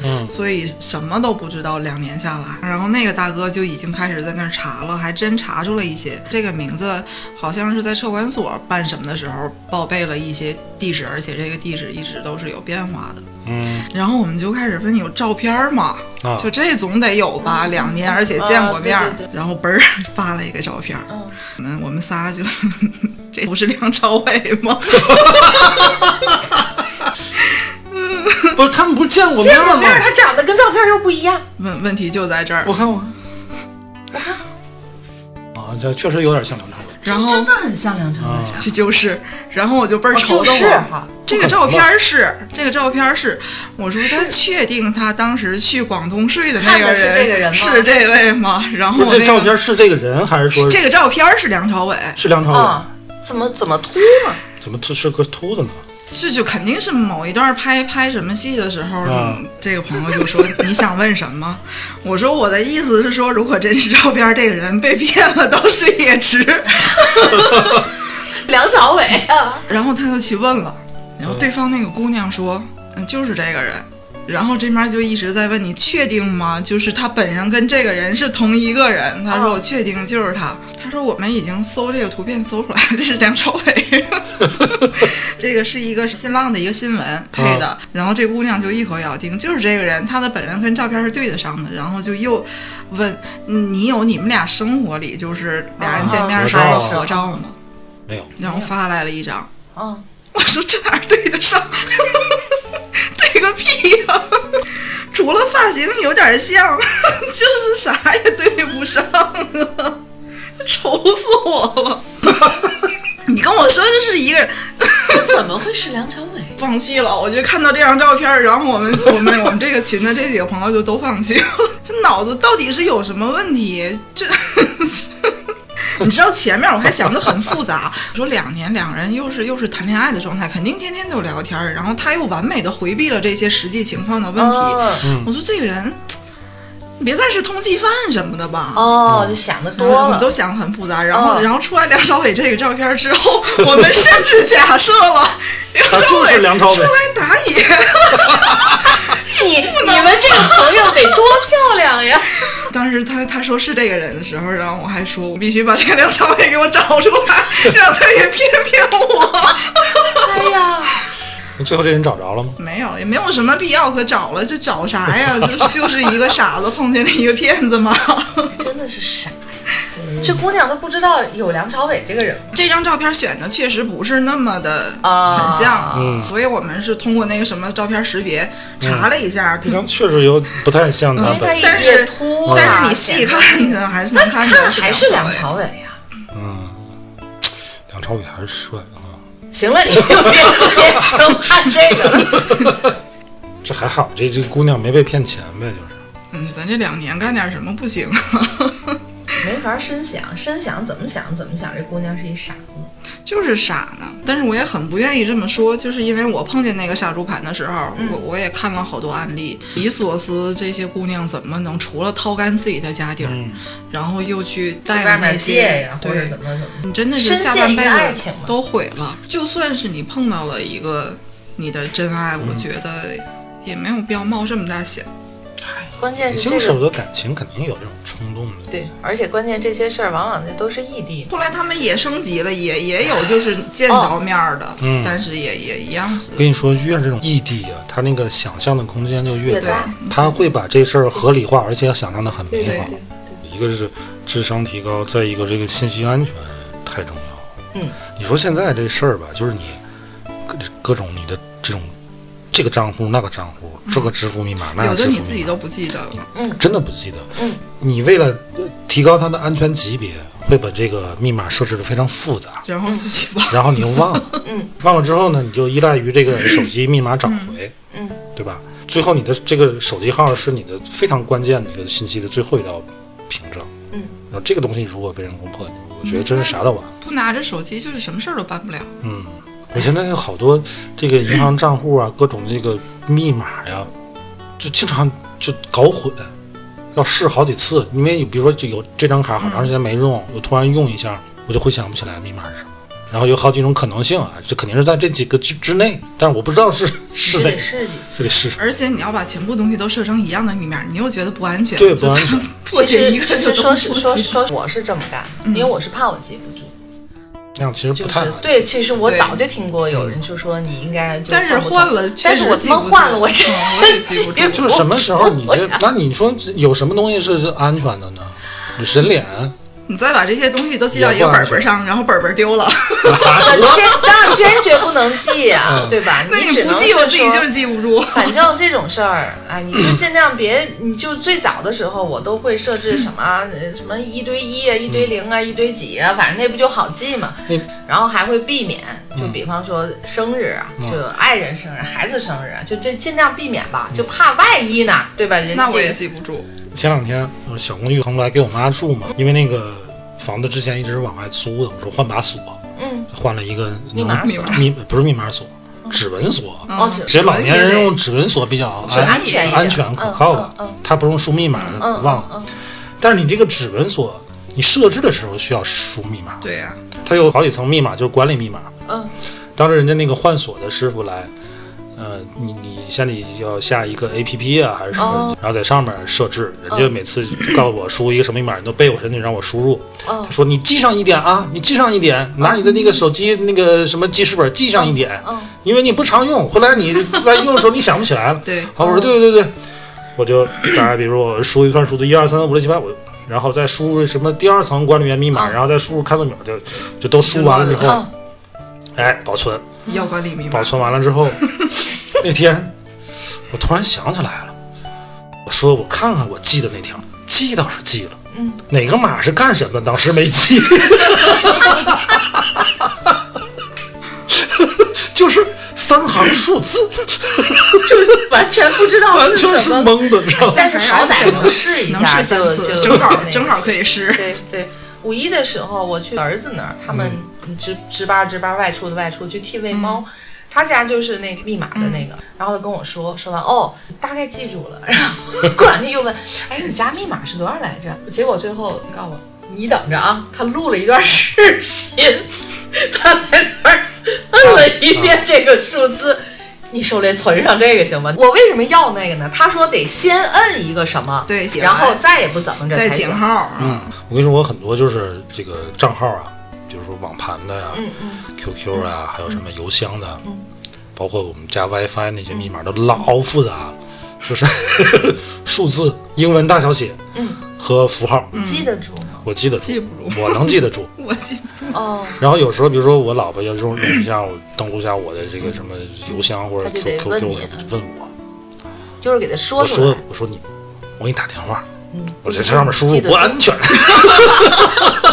嗯，所以什么都不知道。两年下来，然后那个大哥就已经开始在那儿查了，还真查出了一些。这个名字好像是在车管所办什么的时候报备了一些地址，而且这个地址一直都是有变化的。嗯然后我们就开始问有照片吗？啊就这总得有吧，两年而且见过面儿，嗯啊对对然后嘣儿 发了一个照片儿，嗯我们我们仨就 这不是梁朝伟 吗？不是他们不是见过见面过儿面儿吗？他长得跟照片又不一样，问问题就在这儿我，看我看，我看，啊，这确实有点像梁朝伟然真后的很像梁朝伟。啊，这就是，然后我就倍儿哦愁就的是慌。哈，这个照片儿是，这个照片儿是，我说他确定他当时去广东睡的那看个的是人这个人吗是这位吗？然后不我是那这个照片是这个人还是说这个哦照片儿是梁朝伟，是梁朝伟？啊，怎么怎么秃嘛？怎么是个秃子呢？这就肯定是某一段拍拍什么戏的时候，啊这个朋友就说你想问什么？ 我说我的意思是说，如果真实照片这个人被骗了，都是也值。梁朝伟啊，然后他就去问了，然后对方那个姑娘说，嗯，就是这个人。然后这边就一直在问你确定吗？就是他本人跟这个人是同一个人。他说啊我确定就是他。他说我们已经搜这个图片搜出来，这是梁朝 伟。这个是一个新浪的一个新闻配的，然后这姑娘就一口咬定就是这个人，他的本人跟照片是对得上的，然后就又问嗯你有你们俩生活里就是俩人见面的时候的合合照吗？没有，然后发来了一张，啊，我说这哪儿对得上？ 对个屁呀、除了发型有点像， 就是啥也对不上啊！ 愁死我了！ 你跟我说这是一个人，这怎么会是梁朝伟？放弃了。我就看到这张照片儿，然后我们我们我们这个群的这几个朋友就都放弃了。 这脑子到底是有什么问题？这。 你知道前面我还想的很复杂， 我说两年两人又是又是谈恋爱的状态，肯定天天就聊天儿，然后他又完美的回避了这些实际情况的问题。哦我说这个人，你别再是通缉犯什么的吧。哦，就想的多我们了都。想得很复杂，然后、嗯然后出来梁朝伟这个照片之 后，我们甚至假设了梁朝他就伟是梁朝伟出来打野，哎你你们这个朋友得多漂亮 呀！当时他他说是这个人的时候，然后我还说我必须把这个梁朝伟给我找出 来，让他也骗骗我。哎呀，最后这人找着了吗？没有，也没有什么必要可找了，这找啥 呀？就是就是一个傻子碰见了一个骗子嘛。真的是傻呀！嗯这姑娘都不知道有梁朝伟这个人吗 这张照片选的确实不是那么的啊很像，嗯所以我们是通过那个什么照片识别查了一下。这张确实有不太像他因为他本，一但直是秃啊，但是你细看 呢，还是能看出来看还是梁梁朝伟。朝伟啊呀。嗯，梁朝伟还是帅啊，行 了，你就别别生看这个了。这还好，这这姑娘没被骗钱呗，就是嗯，咱这两年干点什么不行啊？ 没法深想，深想怎么想怎么想，这姑娘是一傻子。就是傻呢，但是我也很不愿意这么说，就是因为我碰见那个杀猪盘的时候，嗯我我也看了好多案例，以索斯这些姑娘怎么能除了掏干自己的家底儿，嗯然后又去带外着那面借些呀，或者对怎，么怎么。你真的是深陷下半辈一个爱子情嘛都毁了。就算是你碰到了一个你的真爱，我觉得也没有必要冒这么大险。关键年是轻时这候的个感情肯定有这种冲动的，对，而且关键这些事儿往往那都是异地嘛。后来他们也升级了，也也有就是见哦着面儿的，嗯但是也也一样是我跟你说，越是这种异地啊，他那个想象的空间就越越大大，他会把这事儿合理化，而且想象的很美嗯对好。一个是智商提高，再一个这个信息安全太重要了。嗯，你说现在这事儿吧，就是你各各种你的这种这个账户那个账户，这个支付密码那有个支的付密你码，自己都不记得了。真的不记得。嗯，你为了呃提高它的安全级别，会把这个密码设置的非常复杂。然后自己忘 了。然后你又忘了， 嗯，忘了之后呢，你就依赖于这个手机密码找回，嗯，对吧？最后你的这个手机号是你的非常关键的一个信息的最后一道屏障。嗯，然后这个东西如果被人攻破，我觉得真是啥都完。不拿着手机就是什么事儿都办不了。嗯，我现在有好多这个银行账户啊，各种这个密码呀、就经常就搞混，要试好几次。因为比如说就有这张卡好长时间没用，我突然用一下，我就会想不起来密码是什么。然后有好几种可能性啊，这肯定是在这几个之之内，但是我不知道是是你哪 得个，试几次。就得试试。而且你要把全部东西都设成一样的密码，你又觉得不安全，对就不安全它破解一个其就实都说破是说解。说我是这么干，因为我是怕我记不住。那样其实就嗯不太是好。对，其实我对早就听过有人就说你应该就但是不换同了，但是确实我记他妈不住换了，我嗯真我也记不住。就是什么时候你这？那你说有什么东西是安全的呢？人脸，啊你再把这些东西都记到一个本本上，然后本本丢 了，这当然坚决不能记嗯啊，对吧？那只你不能记，我是自己说就是记不住。 反正这种事儿，哎，你就尽量别，你就最早的时候，我都会设置什么呃什么一堆一啊，一堆零啊，一堆几啊，反正那不就好记嘛那。嗯然后还会避免，就比方说生日啊，就爱人生日、孩子生日啊，就这尽量避免吧，就怕万一呢，对吧？人那我这也个记不住，前两天我小公寓腾出来给我妈住嘛，因为那个房子之前一直是往外租的，我说换把锁，嗯，换了一个密码密锁密不是密码锁，指纹锁。嗯哦，只其实老年指纹也人得用指纹锁比较指纹安安全一点，安全可靠嗯嗯的，他不用输密码嗯嗯，忘了。嗯，但是你这个指纹锁，你设置的时候需要输密码，对啊呀、它有好几层密码，就是管理密码。嗯，当时人家那个换锁的师傅来，呃，你你先得要下一个 A P P 啊，还是什么，哦然后在上面设置。人家每次告诉我输一个什么密码，你都背我身去让我输入。哦他说你记上一点啊，你记上一点，拿你的那个手机那个什么记事本记上一点，嗯因为你不常用，后来你万一用的时候你想不起来了。对好，我说对对对对，我就大家比如说我输一串数字一二三四五六七八，我然后再输入什么第二层管理员密码，嗯然后再输入开锁密码，就就都输完了之后，嗯，哎，保存，要管理密码保。存完了之 后，那天我突然想起来了，我说我看看我记的那条，记倒是记了，嗯，哪个码是干什么，当时没记， 就是三行数字，就完全不知道完啊是全什是么。懵的，你知道吗？但是好歹能试一下，能试三就次，就正那好个正好可以试。对对，五一的时候我去儿子那儿，他们嗯值值班值班，外出的外出，去替喂猫。他家就是那个密码的嗯那个，然后他跟我说，说完哦，大概记住了。然后过两天又问，哎，你家密码是多少来着？结果最后告诉我，你等着啊，他录了一段视频，他在那儿摁了一啊遍这个数字。你手里存上这个行吗？我为什么要那个呢？他说得先摁一个什么，对写然后完再也不怎么着再才行井号，嗯，我跟你说，我很多就是这个账号啊，比如说网盘的呀、嗯嗯 QQ 啊，还有什么邮箱的，嗯包括我们家 WiFi 那些密码都老复杂了，就是 数字、英文大小写嗯。和符号，记得住吗？我记得住，记不住，我能记得 住。嗯我记不住。哦，然后有时候，比如说我老婆要用用一下我登录一下我的这个什么邮箱或者她就得 QQ，问问你啊我，就是给他说我出来说。我说你，我给你打电话，嗯我在这上面输记入得不安全。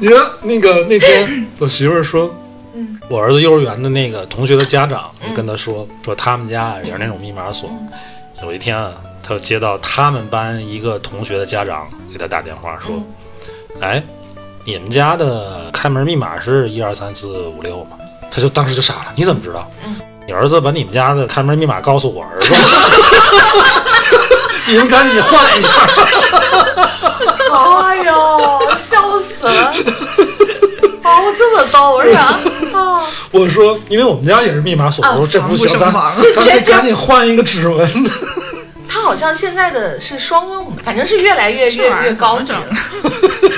你说那个那天我媳妇儿说，嗯，我儿子幼儿园的那个同学的家长就跟他说，说他们家啊也是那种密码锁，嗯有一天啊，他就接到他们班一个同学的家长给他打电话说，嗯哎，你们家的开门密码是一二三四五六吗？他就当时就傻了，你怎么知道？嗯你儿子把你们家的开门密码告诉我儿子，你们赶紧换一下。 哎呦，笑死了！哦，这么逗是 吧？啊，我说，因为我们家也是密码锁，我说这不行，咱哦防不胜防 咱得赶紧换一个指纹。他好像现在的是双用的，反正是越来越越这玩意儿越高级怎么了。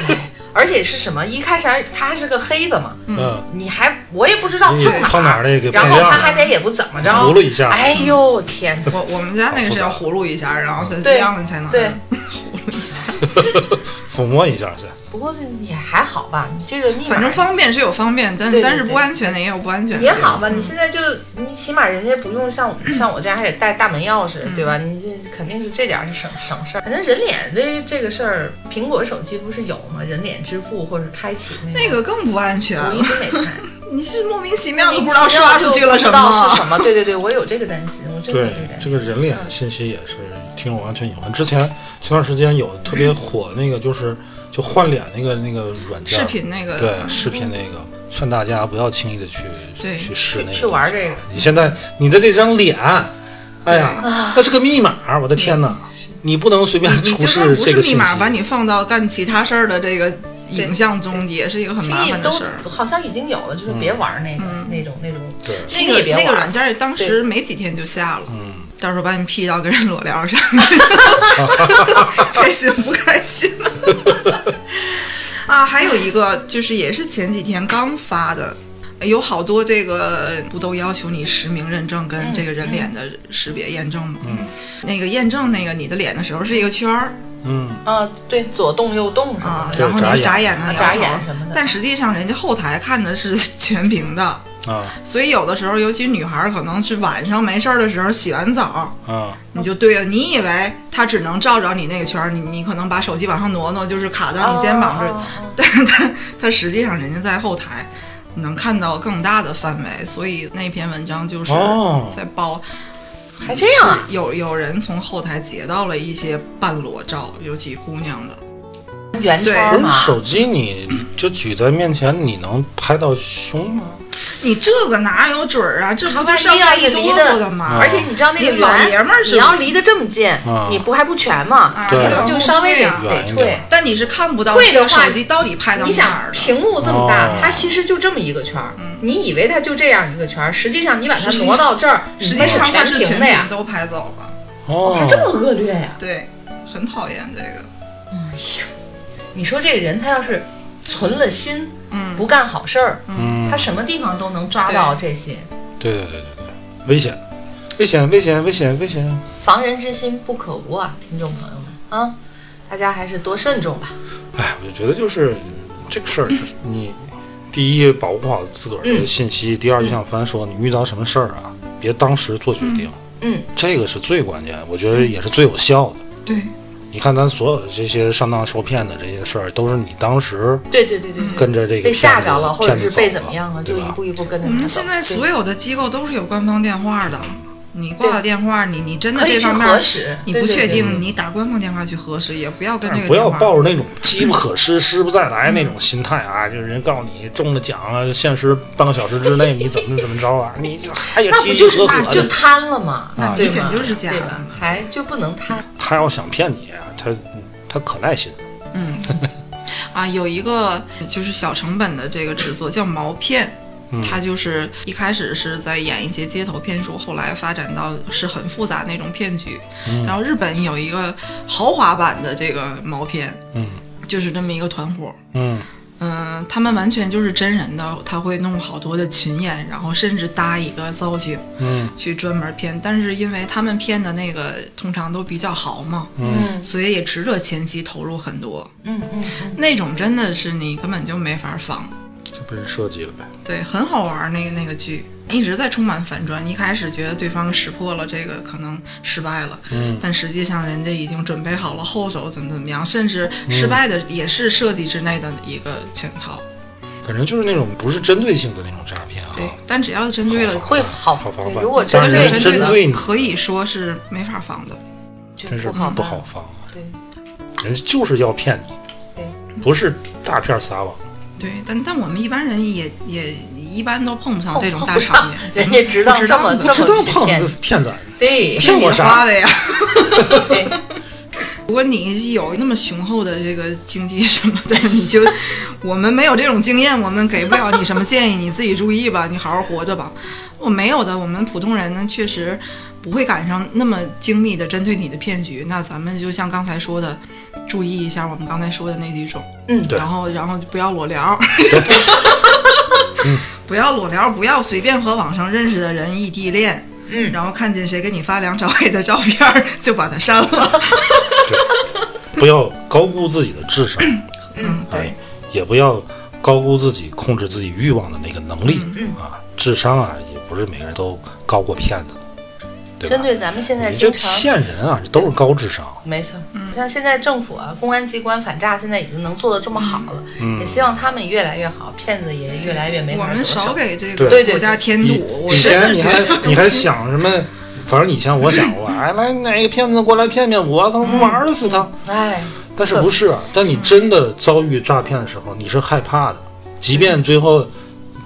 哎而且是什么？一开始还它还是个黑的嘛，嗯，你还我也不知道碰哪儿碰哪儿那个然碰后亮他了还得也不怎么着，葫芦一下哎呦天哪！我我们家那个是要葫芦一下，然后再对亮了才能对按葫芦一下。抚摸一下去。不过这也还好吧，你这个密码反正方便是有方便，但对对但是对不安全的也有不安 全的。也好吧，你现在就你起码人家不用像 我像我这样还得带大门钥匙，嗯对吧？你这肯定是这点儿是省省事儿。反正人脸这这个事儿，苹果手机不是有吗？人脸支付或者开启那 那个更不安全我一了。直没看，你是莫名其妙的不知道刷出去了什不知道是么。什么？对对对，我有这个担心，我真的有对这个担这心。个人嗯脸信息也是挺有安全隐患。之前前段时间有特别火那个，就是就换脸那个那个软件视频那个对视频那个，劝大家不要轻易的去对去试那个去玩这个。你现在你的这张脸，哎呀，那是个密码，我的天哪！你不能随便啊你出就算示不这是个密信息码，。把你放到干其他事儿的这个影像中，也是一个很其麻实也烦的都事儿。嗯好像已经有了，就是别玩那个那种那种，对其那实也个别那个玩软件儿当时对没几天就下了，嗯，到时候把你 P 到跟人裸 聊上，开心不开心？ 啊，还有一个就是也是前几天刚发的，有好多这个不都要求你实名认证跟这个人脸的识别验证吗？嗯那个验证那个你的脸的时候是一个圈儿嗯，啊，对，左动右动什啊么，的，对然后你是眨眨眼啊、啊摇眨头眼什么的但实际上人家后台看的是全屏的，啊所以有的时候，尤其女孩儿可能是晚上没事儿的时候洗完澡，啊，你就对了，你以为它只能照着你那个圈儿，你你可能把手机往上挪挪，就是卡到啊你肩膀这儿，哦 但是它它实际上人家在后台能看到更大的范围，所以那篇文章就是哦在报还这样啊？是有有人从后台截到了一些半裸照，尤其姑娘的，圆圈儿不嘛是，手机你就举在面前，你能拍到胸吗？你这个哪有准儿啊？这不就万一上要面一是离哆得嗦的吗？而且你知道那个你老爷们儿圆，是你要离得这么近啊，你不还不全吗？啊，对然后就稍微对得呀远得一退点。但你是看不到退这的个话手机到底拍到你哪想儿的。嗯屏幕这么大哦，它其实就这么一个圈儿，你以为它就这样一个圈儿，实际上你把它挪到这儿，实际那是上它全是屏全的屏呀。都拍走了，哦，哇，这么恶劣呀！对，很讨厌这个。你说这个人他要是存了心，嗯不干好事儿，嗯，他什么地方都能抓到这些。对对对对对，危险，危险，危险，危险，危险。防人之心不可无啊，听众朋友们啊，大家还是多慎重吧。哎，我就觉得就是嗯这个事儿，就是你第一保护好自个儿的信息，第二就像帆说，你遇到什么事儿啊，别当时做决定，嗯，这个是最关键，我觉得也是最有效的。对，你看，咱所有的这些上当受骗的这些事儿，都是你当时对对对对对，跟着这个被吓骗子着了，或者骗是子被走怎么样啊，对就吧一步一步跟着我他走。们嗯现在所有的机构都是有官方电话的，你挂了电话，你你真的可以这去方面核实你对不对确对定，你打官方电话去核实，也不要跟这个哎不要电话抱着那种机不可失、失不再来那种心态啊！就是人告诉你中了奖了，限时半个小时之内你怎么怎么着啊？你 就哎呀，那不机就机是合那合就的。贪了嘛？啊对明显吗就是假对的吧嘛还就不能贪。他要想骗你，啊他他可耐心。啊，有一个就是小成本的这个制作叫毛片。嗯它就是一开始是在演一些街头骗术，后来发展到是很复杂那种骗局。嗯然后日本有一个豪华版的这个毛片，嗯就是这么一个团伙，嗯嗯，他们完全就是真人的，他会弄好多的群演，然后甚至搭一个造景嗯去专门骗。但是因为他们骗的那个通常都比较好嘛，嗯所以也值得前期投入很多。嗯嗯嗯，那种真的是你根本就没法防，就被人设计了呗。对，很好玩儿那个那个剧。一直在充满反转，一开始觉得对方识破了这个可能失败了，嗯但实际上人家已经准备好了后手怎么怎么样，甚至失败的也是设计之内的一个圈套。反正就是那种不是针对性的那种诈骗啊。对，但只要针对了好会好好防对范如果但是这个人对针针对对的你可以说是没法防的。就真是不好不办好。防，对，人家就是要骗你，对不是大片撒网。对，但但我们一般人也也一般都碰不上碰这种碰大不场上面， 人家知道不知这道么不不这知么道去胖骗子骗咱，对骗你我啥花？ 的呀。对，如果你有那么雄厚的这个经济什么的，你 就我们没有这种经验，我们给不了你什么建议，你自己注意吧，你好好活着吧。我没有的，我们普通人呢，确实不会赶上那么精密的针对你的骗局。那咱们就像刚才说的，注意一下我们刚才说的那几种，嗯对然后然后不要裸 聊。嗯不要裸聊，不要随便和网上认识的人异地恋，嗯然后看见谁给你发梁朝伟的照片儿就把他删了。不要高估自己的智商，嗯，对哎。，也不要高估自己控制自己嗯欲望的那个能力、啊。智商啊，也不是每个人都高过骗子的。对吧？针对咱们现在你这经常骗人啊，这都是高智商。没错，嗯像现在政府啊、公安机关反诈现在已经能做的这么好了，也希望他们越来越好，骗子也越来越没我法们得手少给这对个对对国家添以堵。我以真前的你觉还得你还想什么？反正以前我想过，哎，来哪个骗子过来骗骗我，他嗯玩死他。哎，但是不是啊？但你真的遭遇诈骗的时候，你是害怕的，即便最后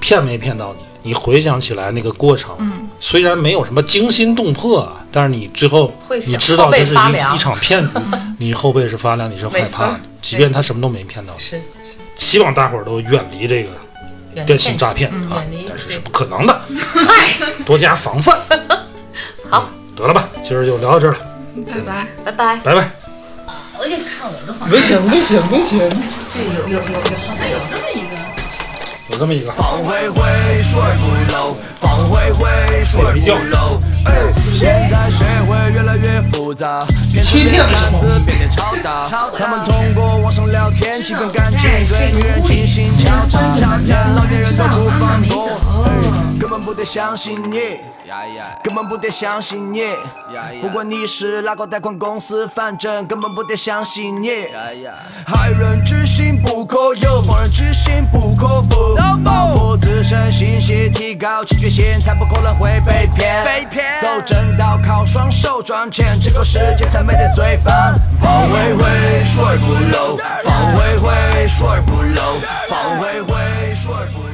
骗没骗到你，你回想起来那个过程，嗯虽然没有什么惊心动魄啊，但是你最后会想你知道这是后背发凉一一场骗局， 你后背是发凉，你是害没怕错的，即便他什么都没骗到你。是希望大伙儿都远离这个远离电信诈骗啊嗯远离，但是对是不可能的，多加防范。 嗯好，得了吧，今儿就聊到这儿了，拜拜。拜拜。拜拜。我给你哎看我的话，危险，危险，危险！对，有有有有，好像有这么一个。有这么一个。放回回睡不着，放回回睡不着。哎，现在社会越来越复杂，变成欺骗骗是什么子变得超大，他们通过网上聊天欺骗感情，对女人进行敲诈，诈骗老年人都不放过，哎根本不得相信你。根本不得相信你，不管你是哪个贷款公司，反正根本不得相信你。害人之心不可有，防人之心不可无。保护自身信息，提高警觉性，才不可能会被骗。被骗，走正道，靠双手赚钱，这个世界才没得罪犯。放回回睡不漏，放回回睡不漏，放回回睡不漏。